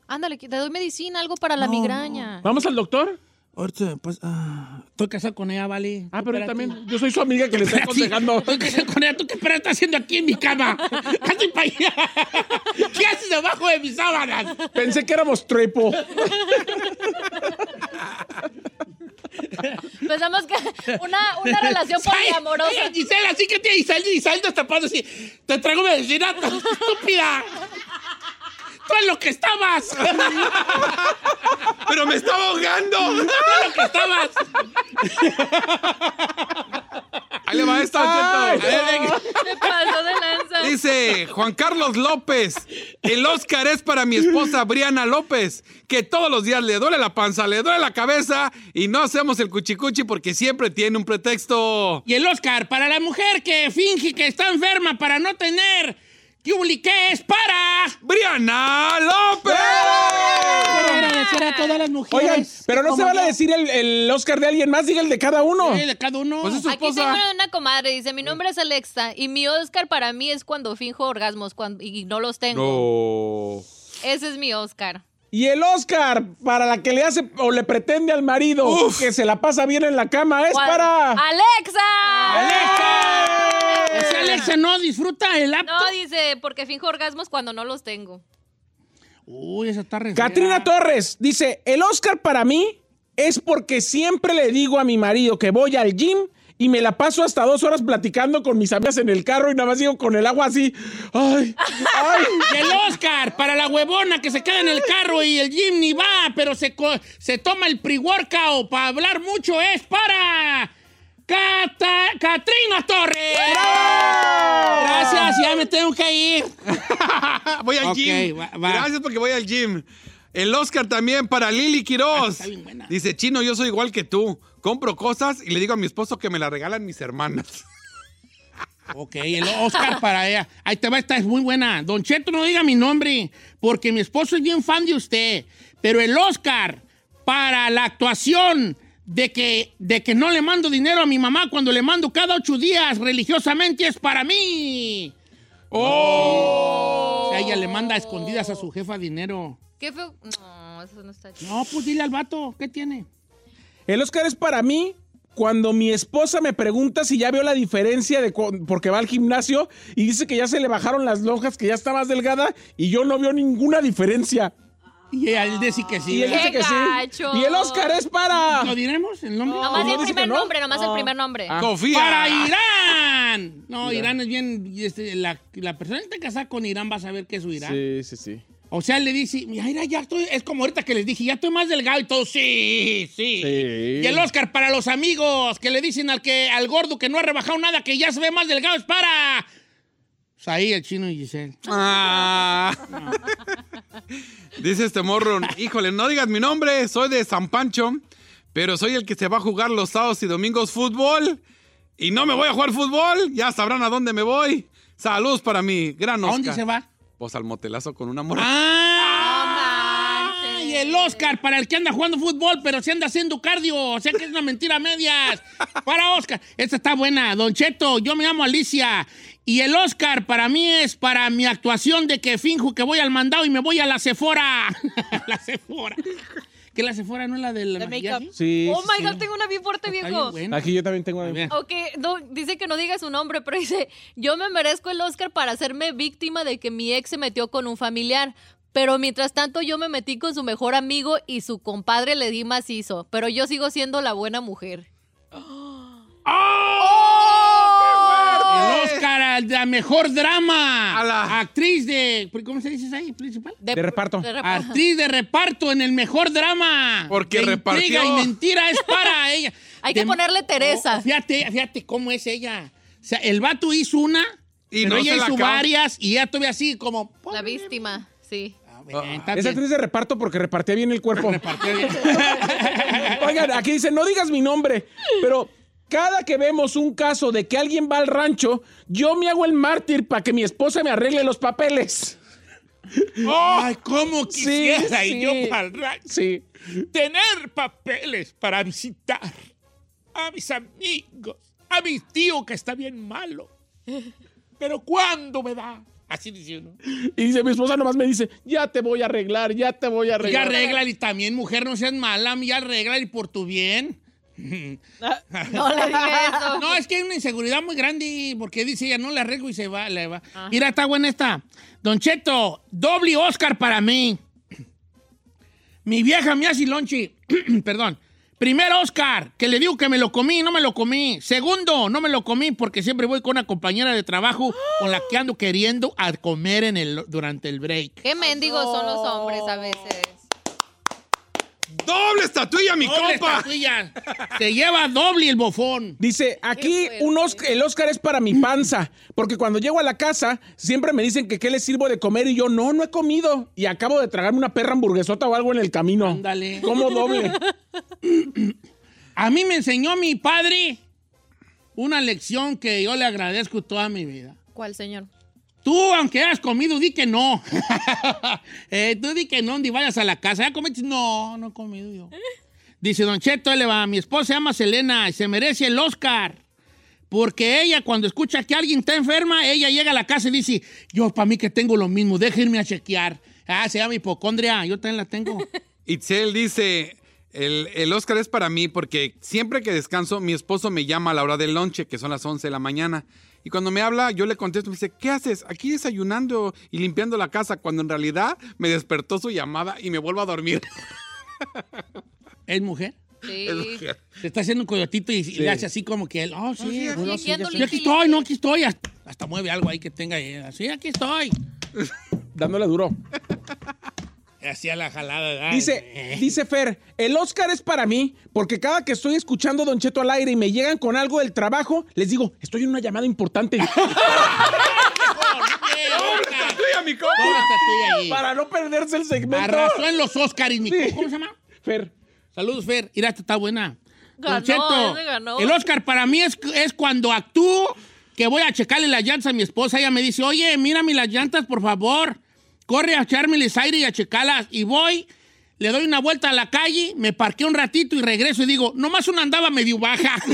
[SPEAKER 2] Ándale, que te doy medicina, algo para la
[SPEAKER 1] No,
[SPEAKER 2] migraña.
[SPEAKER 4] ¿Vamos al doctor?
[SPEAKER 1] Ahorita, pues. Ah, estoy casado con ella, vale.
[SPEAKER 4] Ah, pero yo
[SPEAKER 1] Espérate.
[SPEAKER 4] también. Yo soy su amiga que le está
[SPEAKER 1] Espérate,
[SPEAKER 4] aconsejando.
[SPEAKER 1] Estoy casado con ella. ¿Tú qué esperas estás haciendo aquí en mi cama? Hazte para allá. ¿Qué haces debajo de mis sábanas?
[SPEAKER 4] Pensé que éramos trepo.
[SPEAKER 2] Pensamos que una, una relación poliamorosa.
[SPEAKER 1] Oye, Gisela, así que te Gisela, Gisela destapando así. Te traigo medicina, tú, estúpida. Tú en lo que estabas.
[SPEAKER 3] Pero me estaba ahogando.
[SPEAKER 1] Tú en lo que estabas.
[SPEAKER 3] Ahí le va esta, Don Cheto.
[SPEAKER 1] Ay,
[SPEAKER 3] Ahí le-
[SPEAKER 2] Te pasó de lanza.
[SPEAKER 3] Dice Juan Carlos López, el Oscar es para mi esposa Briana López, que todos los días le duele la panza, le duele la cabeza y no hacemos el cuchicuchi porque siempre tiene un pretexto.
[SPEAKER 1] Y el Oscar para la mujer que finge que está enferma para no tener que publiqué es para.
[SPEAKER 3] ¡Briana López!
[SPEAKER 1] agradecer a todas las mujeres.
[SPEAKER 4] Oigan, pero no se vale decir el, el Oscar de alguien más, diga el de cada uno.
[SPEAKER 1] Sí, de cada uno.
[SPEAKER 3] Pues es su
[SPEAKER 2] Aquí tengo
[SPEAKER 3] esposa.
[SPEAKER 2] una comadre, dice, mi nombre es Alexa y mi Oscar para mí es cuando finjo orgasmos cuando, y no los tengo.
[SPEAKER 3] No.
[SPEAKER 2] Ese es mi Oscar.
[SPEAKER 4] Y el Oscar para la que le hace o le pretende al marido que se la pasa bien en la cama es
[SPEAKER 2] ¿Cuál?
[SPEAKER 4] para.
[SPEAKER 2] ¡Alexa!
[SPEAKER 3] ¡Eh!
[SPEAKER 1] O sea, Alexa ¡Eh! no disfruta el laptop.
[SPEAKER 2] No, dice, porque finjo orgasmos cuando no los tengo.
[SPEAKER 1] Uy, esa está re.
[SPEAKER 4] Katrina Torres dice: El Oscar para mí es porque siempre le digo a mi marido que voy al gym y me la paso hasta dos horas platicando con mis amigas en el carro y nada más digo con el agua así. Ay, ay.
[SPEAKER 1] Y el Oscar para la huevona que se queda en el carro y el gym ni va, pero se, co- se toma el pre-workout para hablar mucho es para... Cata- Catrina Torres. Gracias, ya me tengo que ir.
[SPEAKER 3] Ah, voy al
[SPEAKER 1] Ok,
[SPEAKER 3] gym.
[SPEAKER 1] va- va.
[SPEAKER 3] Gracias porque voy al gym. El Oscar también para Lili Quiroz. Dice, chino, yo soy igual que tú. Compro cosas y le digo a mi esposo que me las regalan mis hermanas.
[SPEAKER 1] Ok, el Oscar para ella. Ahí te va, esta es muy buena. Don Cheto, no diga mi nombre, porque mi esposo es bien fan de usted. Pero el Oscar para la actuación de que, de que no le mando dinero a mi mamá cuando le mando cada ocho días religiosamente es para mí. ¡Oh! O sea, ella le manda a escondidas a su jefa dinero.
[SPEAKER 2] ¿Qué feo? No, eso no está chido.
[SPEAKER 1] No, pues dile al vato, ¿qué tiene?
[SPEAKER 4] El Oscar es para mí cuando mi esposa me pregunta si ya veo la diferencia de cu- porque va al gimnasio y dice que ya se le bajaron las lonjas, que ya está más delgada y yo no veo ninguna diferencia.
[SPEAKER 1] Y él dice que sí.
[SPEAKER 4] Y él
[SPEAKER 2] ¡Qué
[SPEAKER 4] dice que sí.
[SPEAKER 2] gacho!
[SPEAKER 4] Y el Oscar es para...
[SPEAKER 1] ¿Lo diremos el nombre?
[SPEAKER 2] Nomás
[SPEAKER 4] no
[SPEAKER 2] el
[SPEAKER 4] dice que
[SPEAKER 2] primer
[SPEAKER 4] no.
[SPEAKER 2] nombre, nomás el primer nombre.
[SPEAKER 3] Confía.
[SPEAKER 1] Para Irán. No, Irán es bien. este, la, la persona que está casada con Irán va a saber qué es su Irán.
[SPEAKER 4] Sí, sí, sí.
[SPEAKER 1] O sea, le dice, mira, mira, ya estoy. Es como ahorita que les dije, ya estoy más delgado y todo. Sí, sí. Y el Oscar para los amigos que le dicen al que al gordo que no ha rebajado nada, que ya se ve más delgado, es para. Pues ahí el chino y Giselle.
[SPEAKER 3] Ah. Dice este morro, híjole, no digas mi nombre, soy de San Pancho, pero soy el que se va a jugar los sábados y domingos fútbol. Y no me voy a jugar fútbol, ya sabrán a dónde me voy. Saludos para mi gran Oscar.
[SPEAKER 1] ¿A dónde se va?
[SPEAKER 3] Pues al motelazo con una morra.
[SPEAKER 1] ¡Ah! Y el Oscar para el que anda jugando fútbol, pero se anda haciendo cardio. O sea que es una mentira a medias. Para Oscar. Esta está buena. Don Cheto, yo me llamo Alicia. Y el Oscar para mí es para mi actuación de que finjo que voy al mandado y me voy a la Sephora. la Sephora. Que la Sephora no es la del
[SPEAKER 2] De
[SPEAKER 1] maquillaje?
[SPEAKER 2] make-up.
[SPEAKER 4] Sí,
[SPEAKER 2] oh
[SPEAKER 4] sí,
[SPEAKER 2] my
[SPEAKER 4] sí.
[SPEAKER 2] god, tengo una bien fuerte,
[SPEAKER 1] Está
[SPEAKER 2] viejo.
[SPEAKER 1] bien buena.
[SPEAKER 4] Aquí yo también tengo... una-
[SPEAKER 2] Ok, no, dice que no diga su nombre, pero dice, yo me merezco el Oscar para hacerme víctima de que mi ex se metió con un familiar. Pero mientras tanto yo me metí con su mejor amigo y su compadre le di macizo. Pero yo sigo siendo la buena mujer.
[SPEAKER 1] ¡Oh! El Oscar al de la mejor drama. Actriz de. ¿Cómo se dice ahí? Principal.
[SPEAKER 2] De,
[SPEAKER 4] reparto.
[SPEAKER 1] Ah.
[SPEAKER 2] de reparto.
[SPEAKER 1] Actriz de reparto en el mejor drama. Porque
[SPEAKER 3] repartió.
[SPEAKER 1] y mentira es para ella.
[SPEAKER 2] Hay que ponerle Teresa.
[SPEAKER 1] Oh, fíjate, fíjate cómo es ella. O sea, el vato hizo una,
[SPEAKER 3] Y
[SPEAKER 1] y pero
[SPEAKER 3] no
[SPEAKER 1] ella
[SPEAKER 3] se la
[SPEAKER 1] hizo
[SPEAKER 3] acaba.
[SPEAKER 1] varias y ya todavía así como.
[SPEAKER 2] La víctima, sí.
[SPEAKER 3] Ah,
[SPEAKER 4] Es actriz de reparto porque repartía bien el cuerpo. Oigan, aquí dice, no digas mi nombre, pero cada que vemos un caso de que alguien va al rancho, yo me hago el mártir para que mi esposa me arregle los papeles.
[SPEAKER 3] Oh,
[SPEAKER 1] Ay, cómo quisiera y yo pa'l rancho.
[SPEAKER 4] Sí.
[SPEAKER 1] Tener papeles para visitar a mis amigos, a mi tío que está bien malo. Pero ¿cuándo me da? Así dice uno.
[SPEAKER 4] Y dice, mi esposa nomás me dice, ya te voy a arreglar, ya te voy a
[SPEAKER 1] Ya
[SPEAKER 4] arreglar.
[SPEAKER 1] arregla y también, mujer, no seas mala, ya arregla y por tu bien.
[SPEAKER 2] No le diga eso.
[SPEAKER 1] No, es que hay una inseguridad muy grande porque dice ella, no le arreglo y se va, le va. Mira, está buena esta. Don Cheto, doble Oscar para mí. Mi vieja me hace lonchi. Perdón. Primer Oscar, que le digo que me lo comí, no me lo comí. Segundo, no me lo comí porque siempre voy con una compañera de trabajo con la que ando queriendo a comer en el, durante el break.
[SPEAKER 2] Qué mendigos son los hombres a veces.
[SPEAKER 3] ¡Doble estatuilla, mi
[SPEAKER 1] Doble
[SPEAKER 3] compa!
[SPEAKER 1] estatuilla. Se lleva doble el bofón.
[SPEAKER 4] Dice, aquí un Osc- el Oscar es para mi panza, porque cuando llego a la casa siempre me dicen que qué les sirvo de comer y yo no, no he comido y acabo de tragarme una perra hamburguesota o algo en el camino.
[SPEAKER 1] Ándale.
[SPEAKER 4] Como doble.
[SPEAKER 1] A mí me enseñó mi padre una lección que yo le agradezco toda mi vida.
[SPEAKER 2] ¿Cuál, señor?
[SPEAKER 1] Tú, aunque hayas comido, di que no. Eh, tú di que no, ni vayas a la casa. ¿Ya comiste? No, no he comido yo. Dice Don Cheto, ahí le va. Mi esposa se llama Selena y se merece el Oscar. Porque ella, cuando escucha que alguien está enferma, ella llega a la casa y dice, yo para mí que tengo lo mismo, déjenme a chequear. Ah, se llama hipocondria. Yo también la tengo.
[SPEAKER 3] Itzel dice, el, el Oscar es para mí porque siempre que descanso, mi esposo me llama a la hora del lonche, que son las 11 de la mañana. Y cuando me habla, yo le contesto, me dice, ¿qué haces? Aquí desayunando y limpiando la casa, cuando en realidad me despertó su llamada y me vuelvo a dormir.
[SPEAKER 1] ¿Es mujer?
[SPEAKER 2] Sí.
[SPEAKER 3] Es mujer.
[SPEAKER 1] Se está haciendo un coyotito y, y
[SPEAKER 3] Sí.
[SPEAKER 1] le hace así como que él, oh, sí,
[SPEAKER 2] sí,
[SPEAKER 1] no, no,
[SPEAKER 2] aquí ando
[SPEAKER 1] ya sé. Yo aquí
[SPEAKER 2] limpia y
[SPEAKER 1] estoy, no, aquí estoy. Hasta, hasta mueve algo ahí que tenga. ahí. Así, aquí estoy.
[SPEAKER 4] Dándole duro.
[SPEAKER 1] Hacía la jalada. eh.
[SPEAKER 4] Dice, dice Fer, el Oscar es para mí porque cada que estoy escuchando a Don Cheto al aire y me llegan con algo del trabajo, les digo, estoy en una llamada importante.
[SPEAKER 1] Pobre estatuilla ahí.
[SPEAKER 4] Para no perderse el segmento.
[SPEAKER 1] Arrasó en los Oscars, mi co- ¿Cómo se llama?
[SPEAKER 4] Fer.
[SPEAKER 1] Saludos, Fer. Mira, esta está buena.
[SPEAKER 2] Ganó,
[SPEAKER 1] Don Cheto,
[SPEAKER 2] ese ganó.
[SPEAKER 1] El Oscar para mí es, es cuando actúo que voy a checarle las llantas a mi esposa. Ella me dice, oye, mírame las llantas, por favor. Corre a echármeles aire y a checarlas. Y voy, le doy una vuelta a la calle, me parqué un ratito y regreso y digo, nomás una andaba medio baja.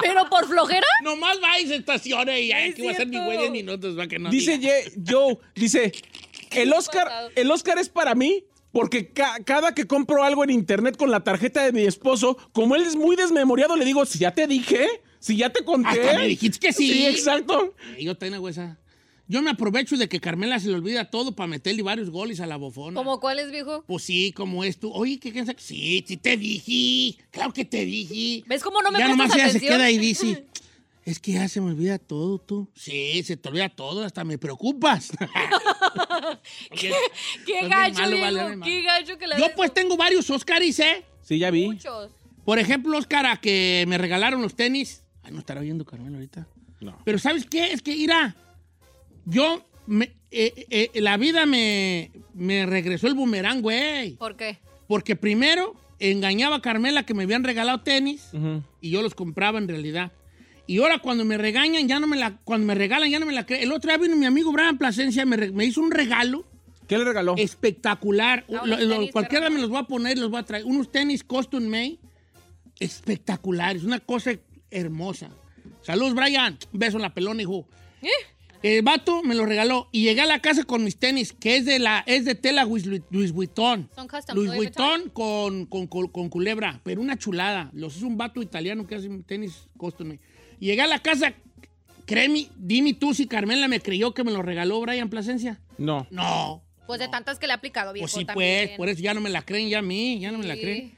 [SPEAKER 2] ¿Pero por flojera?
[SPEAKER 1] nomás va y se estaciona y ay, aquí va a ser mi
[SPEAKER 2] cierto.
[SPEAKER 1] güey de minutos. Va que no
[SPEAKER 4] Dice
[SPEAKER 1] diga.
[SPEAKER 4] Ye- Joe, dice, el Oscar, el Oscar es para mí porque ca- cada que compro algo en internet con la tarjeta de mi esposo, como él es muy desmemoriado, le digo, si ya te dije, si ya te conté.
[SPEAKER 1] Hasta me dijiste que sí.
[SPEAKER 4] Sí, exacto.
[SPEAKER 1] Eh, Yo tengo esa. Yo me aprovecho de que Carmela se le olvida todo para meterle varios goles a la bofona.
[SPEAKER 2] ¿Como cuál es, viejo?
[SPEAKER 1] Pues sí, como es tú. Oye, ¿qué piensas? Sí, sí te dije. Claro que te dije.
[SPEAKER 2] ¿Ves cómo no me
[SPEAKER 1] ya
[SPEAKER 2] prestas
[SPEAKER 1] nomás ella se
[SPEAKER 2] atención?
[SPEAKER 1] queda ahí y dice, es que ya se me olvida todo tú. Sí, se te olvida todo, hasta me preocupas. Oye,
[SPEAKER 2] Qué
[SPEAKER 1] Estás bien
[SPEAKER 2] gacho,
[SPEAKER 1] malo,
[SPEAKER 2] viejo.
[SPEAKER 1] vale, vale,
[SPEAKER 2] Qué gacho que la
[SPEAKER 1] yo pues tengo varios Oscaris, ¿eh?
[SPEAKER 4] Sí, ya vi.
[SPEAKER 2] muchos.
[SPEAKER 1] Por ejemplo, Oscar, a que me regalaron los tenis. Ay, no estará oyendo Carmela ahorita.
[SPEAKER 4] No.
[SPEAKER 1] Pero ¿sabes qué? Es que, mira, yo, me- eh, eh, eh, la vida me, me regresó el boomerang, güey.
[SPEAKER 2] ¿Por qué?
[SPEAKER 1] Porque primero engañaba a Carmela que me habían regalado tenis y yo los compraba en realidad. Y ahora cuando me regañan, ya no me la, cuando me regalan, ya no me la creen. El otro día vino mi amigo Brian Plasencia, me, re- me hizo un regalo.
[SPEAKER 4] ¿Qué le regaló?
[SPEAKER 1] Espectacular.
[SPEAKER 4] Ah,
[SPEAKER 1] Lo-
[SPEAKER 4] unos
[SPEAKER 1] lo-
[SPEAKER 4] tenis,
[SPEAKER 1] cualquiera me los va a poner, los va a traer. Unos tenis Custom Made espectaculares, una cosa hermosa. Saludos, Brian. Un beso en la pelona, hijo.
[SPEAKER 2] ¿Eh?
[SPEAKER 1] El vato me lo regaló y llegué a la casa con mis tenis, que es de la es de tela Louis, Louis Vuitton.
[SPEAKER 2] Son custom.
[SPEAKER 1] Luis
[SPEAKER 2] Louis Vuitton.
[SPEAKER 1] Vuitton con, con, con- con culebra, pero una chulada. Los hizo un vato italiano que hace tenis custom. Llegué a la casa, créeme, dime tú si Carmela me creyó que me lo regaló Brian Plasencia.
[SPEAKER 4] No.
[SPEAKER 1] No,
[SPEAKER 2] Pues de tantas que le ha aplicado, viejo.
[SPEAKER 1] pues sí,
[SPEAKER 2] también.
[SPEAKER 1] pues, por eso ya no me la creen ya a mí, ya no me la
[SPEAKER 2] Sí.
[SPEAKER 1] creen.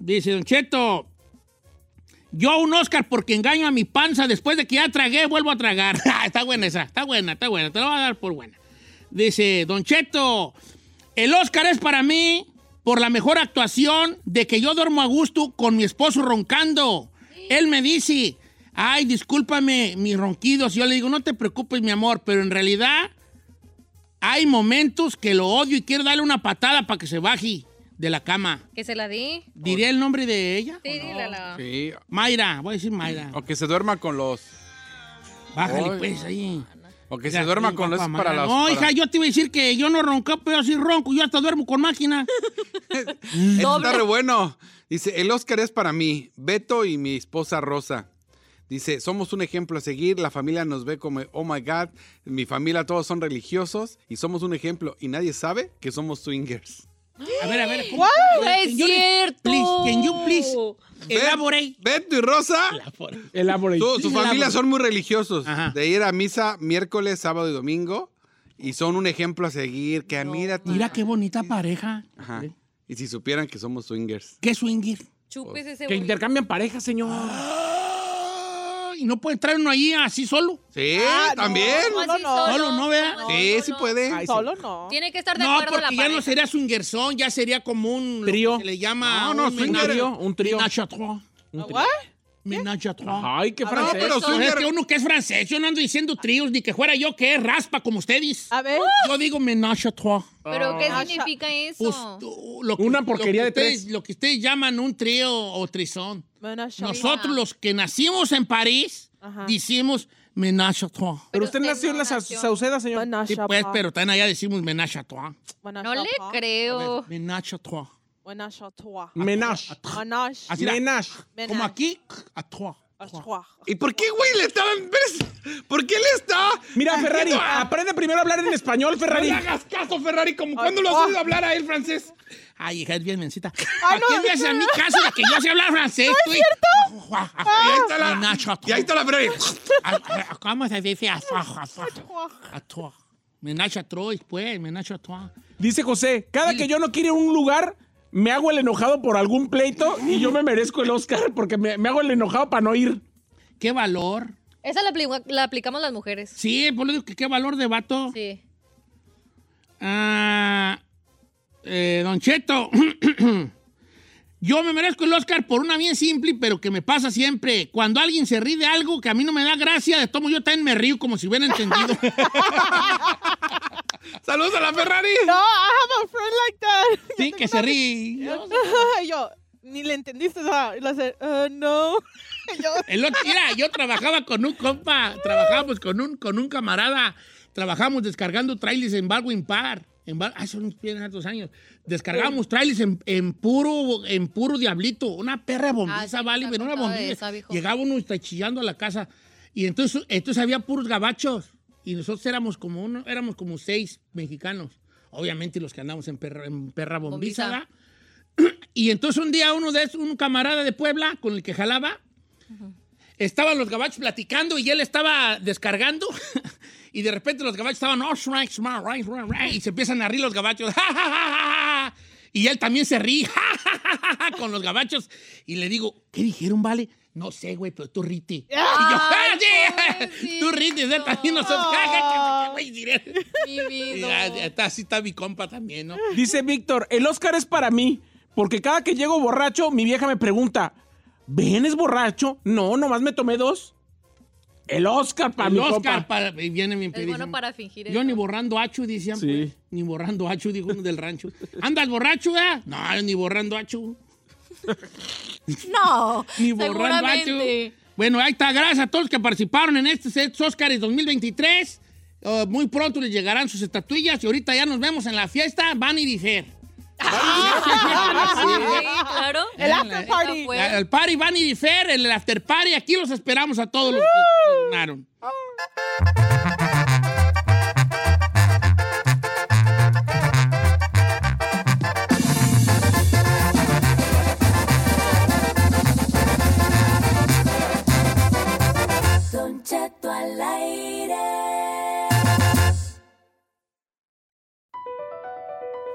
[SPEAKER 1] Dice Don Cheto, yo un Oscar porque engaño a mi panza después de que ya tragué, vuelvo a tragar. Ah, está buena esa, está buena, está buena, te la voy a dar por buena. Dice Don Cheto, el Oscar es para mí por la mejor actuación de que yo duermo a gusto con mi esposo roncando. Él me dice, ay, discúlpame mis ronquidos. Yo le digo, no te preocupes, mi amor, pero en realidad hay momentos que lo odio y quiero darle una patada para que se baje de la cama.
[SPEAKER 2] ¿Que se la di?
[SPEAKER 1] ¿Diré el nombre de ella?
[SPEAKER 2] Sí, dile la.
[SPEAKER 3] Sí.
[SPEAKER 1] Mayra, voy a decir Mayra.
[SPEAKER 3] O que se duerma con los...
[SPEAKER 1] Bájale,
[SPEAKER 3] Ay.
[SPEAKER 1] pues, ahí.
[SPEAKER 3] O que se duerma con los... Para las,
[SPEAKER 1] No,
[SPEAKER 3] para-
[SPEAKER 1] hija, yo te iba a decir que yo no ronco, pero sí ronco. Yo hasta duermo con máquina.
[SPEAKER 3] Este Está re bueno. Dice, el Oscar es para mí, Beto y mi esposa Rosa. Dice, somos un ejemplo a seguir, la familia nos ve como, oh my God, mi familia todos son religiosos y somos un ejemplo y nadie sabe que somos swingers.
[SPEAKER 1] A ver, a ver. ¿cómo?
[SPEAKER 2] ¡Guau!
[SPEAKER 1] Can
[SPEAKER 2] ¡Es
[SPEAKER 1] you-
[SPEAKER 2] cierto!
[SPEAKER 1] Please, can you please elaborate?
[SPEAKER 3] Beto y Rosa,
[SPEAKER 4] Elaborate.
[SPEAKER 3] su, su familia son muy religiosos,
[SPEAKER 1] Ajá.
[SPEAKER 3] de ir a misa miércoles, sábado y domingo y son un ejemplo a seguir, que "Ah, mira,
[SPEAKER 1] Mira qué bonita pareja.
[SPEAKER 3] Ajá. Y si supieran que somos swingers.
[SPEAKER 1] Qué swinger. Pues,
[SPEAKER 2] Chupes ese
[SPEAKER 4] Que
[SPEAKER 2] güey.
[SPEAKER 4] intercambian parejas, señor.
[SPEAKER 1] Y no puede entrar uno ahí así solo.
[SPEAKER 3] Sí,
[SPEAKER 1] Ah, no,
[SPEAKER 3] también.
[SPEAKER 2] no, así
[SPEAKER 1] Solo no, ¿verdad?
[SPEAKER 3] sí, sí puede.
[SPEAKER 5] Solo no.
[SPEAKER 2] Tiene que estar de
[SPEAKER 1] No,
[SPEAKER 2] acuerdo la
[SPEAKER 1] porque ya
[SPEAKER 2] pareja.
[SPEAKER 1] no sería swingersón, ya sería como un... lo que
[SPEAKER 4] Trío.
[SPEAKER 1] Se le llama...
[SPEAKER 3] No, no,
[SPEAKER 1] un
[SPEAKER 3] swinger.
[SPEAKER 1] menage-
[SPEAKER 4] Trío, un trío.
[SPEAKER 1] Menage à trois. Menage à trois.
[SPEAKER 4] Ay, qué
[SPEAKER 1] No,
[SPEAKER 4] francés.
[SPEAKER 3] pero
[SPEAKER 1] Pues
[SPEAKER 3] swinger-
[SPEAKER 1] es que uno que es francés, yo no ando diciendo tríos, ni que fuera yo que es raspa como ustedes.
[SPEAKER 5] A ver.
[SPEAKER 1] Yo digo menage à trois.
[SPEAKER 2] ¿Pero qué significa
[SPEAKER 1] Pues,
[SPEAKER 2] eso?
[SPEAKER 1] tú, lo que-
[SPEAKER 4] Una
[SPEAKER 1] lo
[SPEAKER 4] porquería
[SPEAKER 1] que
[SPEAKER 4] de tres.
[SPEAKER 1] ustedes- Lo que ustedes llaman un trío o trisón.
[SPEAKER 5] Menage à
[SPEAKER 1] Nosotros
[SPEAKER 5] trois.
[SPEAKER 1] los que nacimos en París,
[SPEAKER 5] Ajá.
[SPEAKER 1] decimos menage à trois.
[SPEAKER 4] Pero usted nació en la Sa- Sauceda, señor.
[SPEAKER 5] Menage
[SPEAKER 1] Sí,
[SPEAKER 5] à
[SPEAKER 1] pues,
[SPEAKER 5] trois.
[SPEAKER 1] pero tan allá decimos menage à trois.
[SPEAKER 5] Menage
[SPEAKER 2] No
[SPEAKER 5] à
[SPEAKER 2] le
[SPEAKER 5] trois. Oh.
[SPEAKER 2] creo.
[SPEAKER 1] Menage à trois.
[SPEAKER 5] Menage à trois.
[SPEAKER 4] Menage.
[SPEAKER 5] Menage.
[SPEAKER 1] Así era.
[SPEAKER 4] Menage.
[SPEAKER 5] Menage.
[SPEAKER 1] Como aquí, a trois.
[SPEAKER 4] ¿Y por qué, güey, le estaban.? ¿Por qué le está.? Mira, Ferrari, aprende primero a hablar en español, Ferrari.
[SPEAKER 1] No le hagas caso, Ferrari, ah. como cuando lo has oído hablar a él francés. Ay, hija, es bien mencita. ¿A quién me haces a mí caso de que yo sé hablar francés? ¿No es cierto? Ah. Y ahí está la... Y ahí está la Ferrari. ¿Cómo se dice? A toi, a toi. A toi. Menage a trois, pues. Menage a toi.
[SPEAKER 4] Dice José, cada que yo no quiero un lugar, me hago el enojado por algún pleito y yo me merezco el Oscar porque me, me hago el enojado para no ir.
[SPEAKER 1] Qué valor.
[SPEAKER 2] Esa la, apli- la aplicamos las mujeres.
[SPEAKER 1] Sí, por lo digo que qué valor de vato.
[SPEAKER 2] Sí.
[SPEAKER 1] Ah, eh, don Cheto, yo me merezco el Oscar por una bien simple, pero que me pasa siempre. Cuando alguien se ríe de algo que a mí no me da gracia, de tomo yo también me río como si hubiera entendido. Saludos a la Ferrari.
[SPEAKER 5] No, I have a friend like that.
[SPEAKER 1] Sí, que se ríe.
[SPEAKER 5] yo, ni le entendiste. o sea, y le hace, "Uh, no. Yo,
[SPEAKER 1] El otro- mira, yo trabajaba con un compa, trabajábamos con un, con un camarada, trabajamos descargando trailers en Baldwin Park. En Bal- ah, son unos bien hartos años. Descargábamos trailers en, en puro, en puro diablito. Una perra bombiza, vale, pero una
[SPEAKER 2] Ah, contado de
[SPEAKER 1] bombiza.
[SPEAKER 2] esa, viejo.
[SPEAKER 1] Llegaba uno y está chillando a la casa. Y entonces, entonces había puros gabachos. Y nosotros éramos como uno, éramos como seis mexicanos. Obviamente los que andamos en perra, en perra bombiza.
[SPEAKER 2] Bombiza.
[SPEAKER 1] ¿verdad? Y entonces un día uno de esos, un camarada de Puebla con el que jalaba, estaban los gabachos platicando y él estaba descargando. y de repente los gabachos estaban, "Oh, right, smart, right, right, right", y se empiezan a reír los gabachos. "Ja, ja, ja, ja, ja". y él también se ríe "Ja, ja, ja, ja, ja", con los gabachos. Y le digo, ¿qué dijeron, vale? No sé, güey, pero tú rite. Y yo, "Ah, sí, tú rite, él también nosotros. "Ja, ja, ja, ja, güey", diré. Y ya- ya está, así está mi compa también, ¿no?
[SPEAKER 4] Dice Víctor, el Oscar es para mí, porque cada que llego borracho, mi vieja me pregunta, ¿vienes borracho? No, nomás me tomé dos. El Oscar para
[SPEAKER 1] El
[SPEAKER 4] mi
[SPEAKER 1] Oscar
[SPEAKER 4] compa.
[SPEAKER 1] para- y viene mi
[SPEAKER 2] Es bueno
[SPEAKER 1] dice,
[SPEAKER 2] para fingir
[SPEAKER 1] Yo
[SPEAKER 2] eso.
[SPEAKER 1] ni borrando achu, decían.
[SPEAKER 4] Sí.
[SPEAKER 1] pues. Ni borrando achu, dijo uno del rancho. ¿Andas borracho, eh? No, yo ni borrando achu.
[SPEAKER 2] No,
[SPEAKER 1] Ni borrando achu.
[SPEAKER 2] seguramente.
[SPEAKER 1] Bueno, ahí está. Gracias a todos los que participaron en este estos estos Oscars 2023. Eh, muy pronto les llegarán sus estatuillas y ahorita ya nos vemos en la fiesta. Van y dijer.
[SPEAKER 2] Ah. Sí, claro.
[SPEAKER 5] El after party.
[SPEAKER 1] El party van y dijer, el after party. Aquí los esperamos a todos los que ganaron.
[SPEAKER 11] Don Cheto al aire.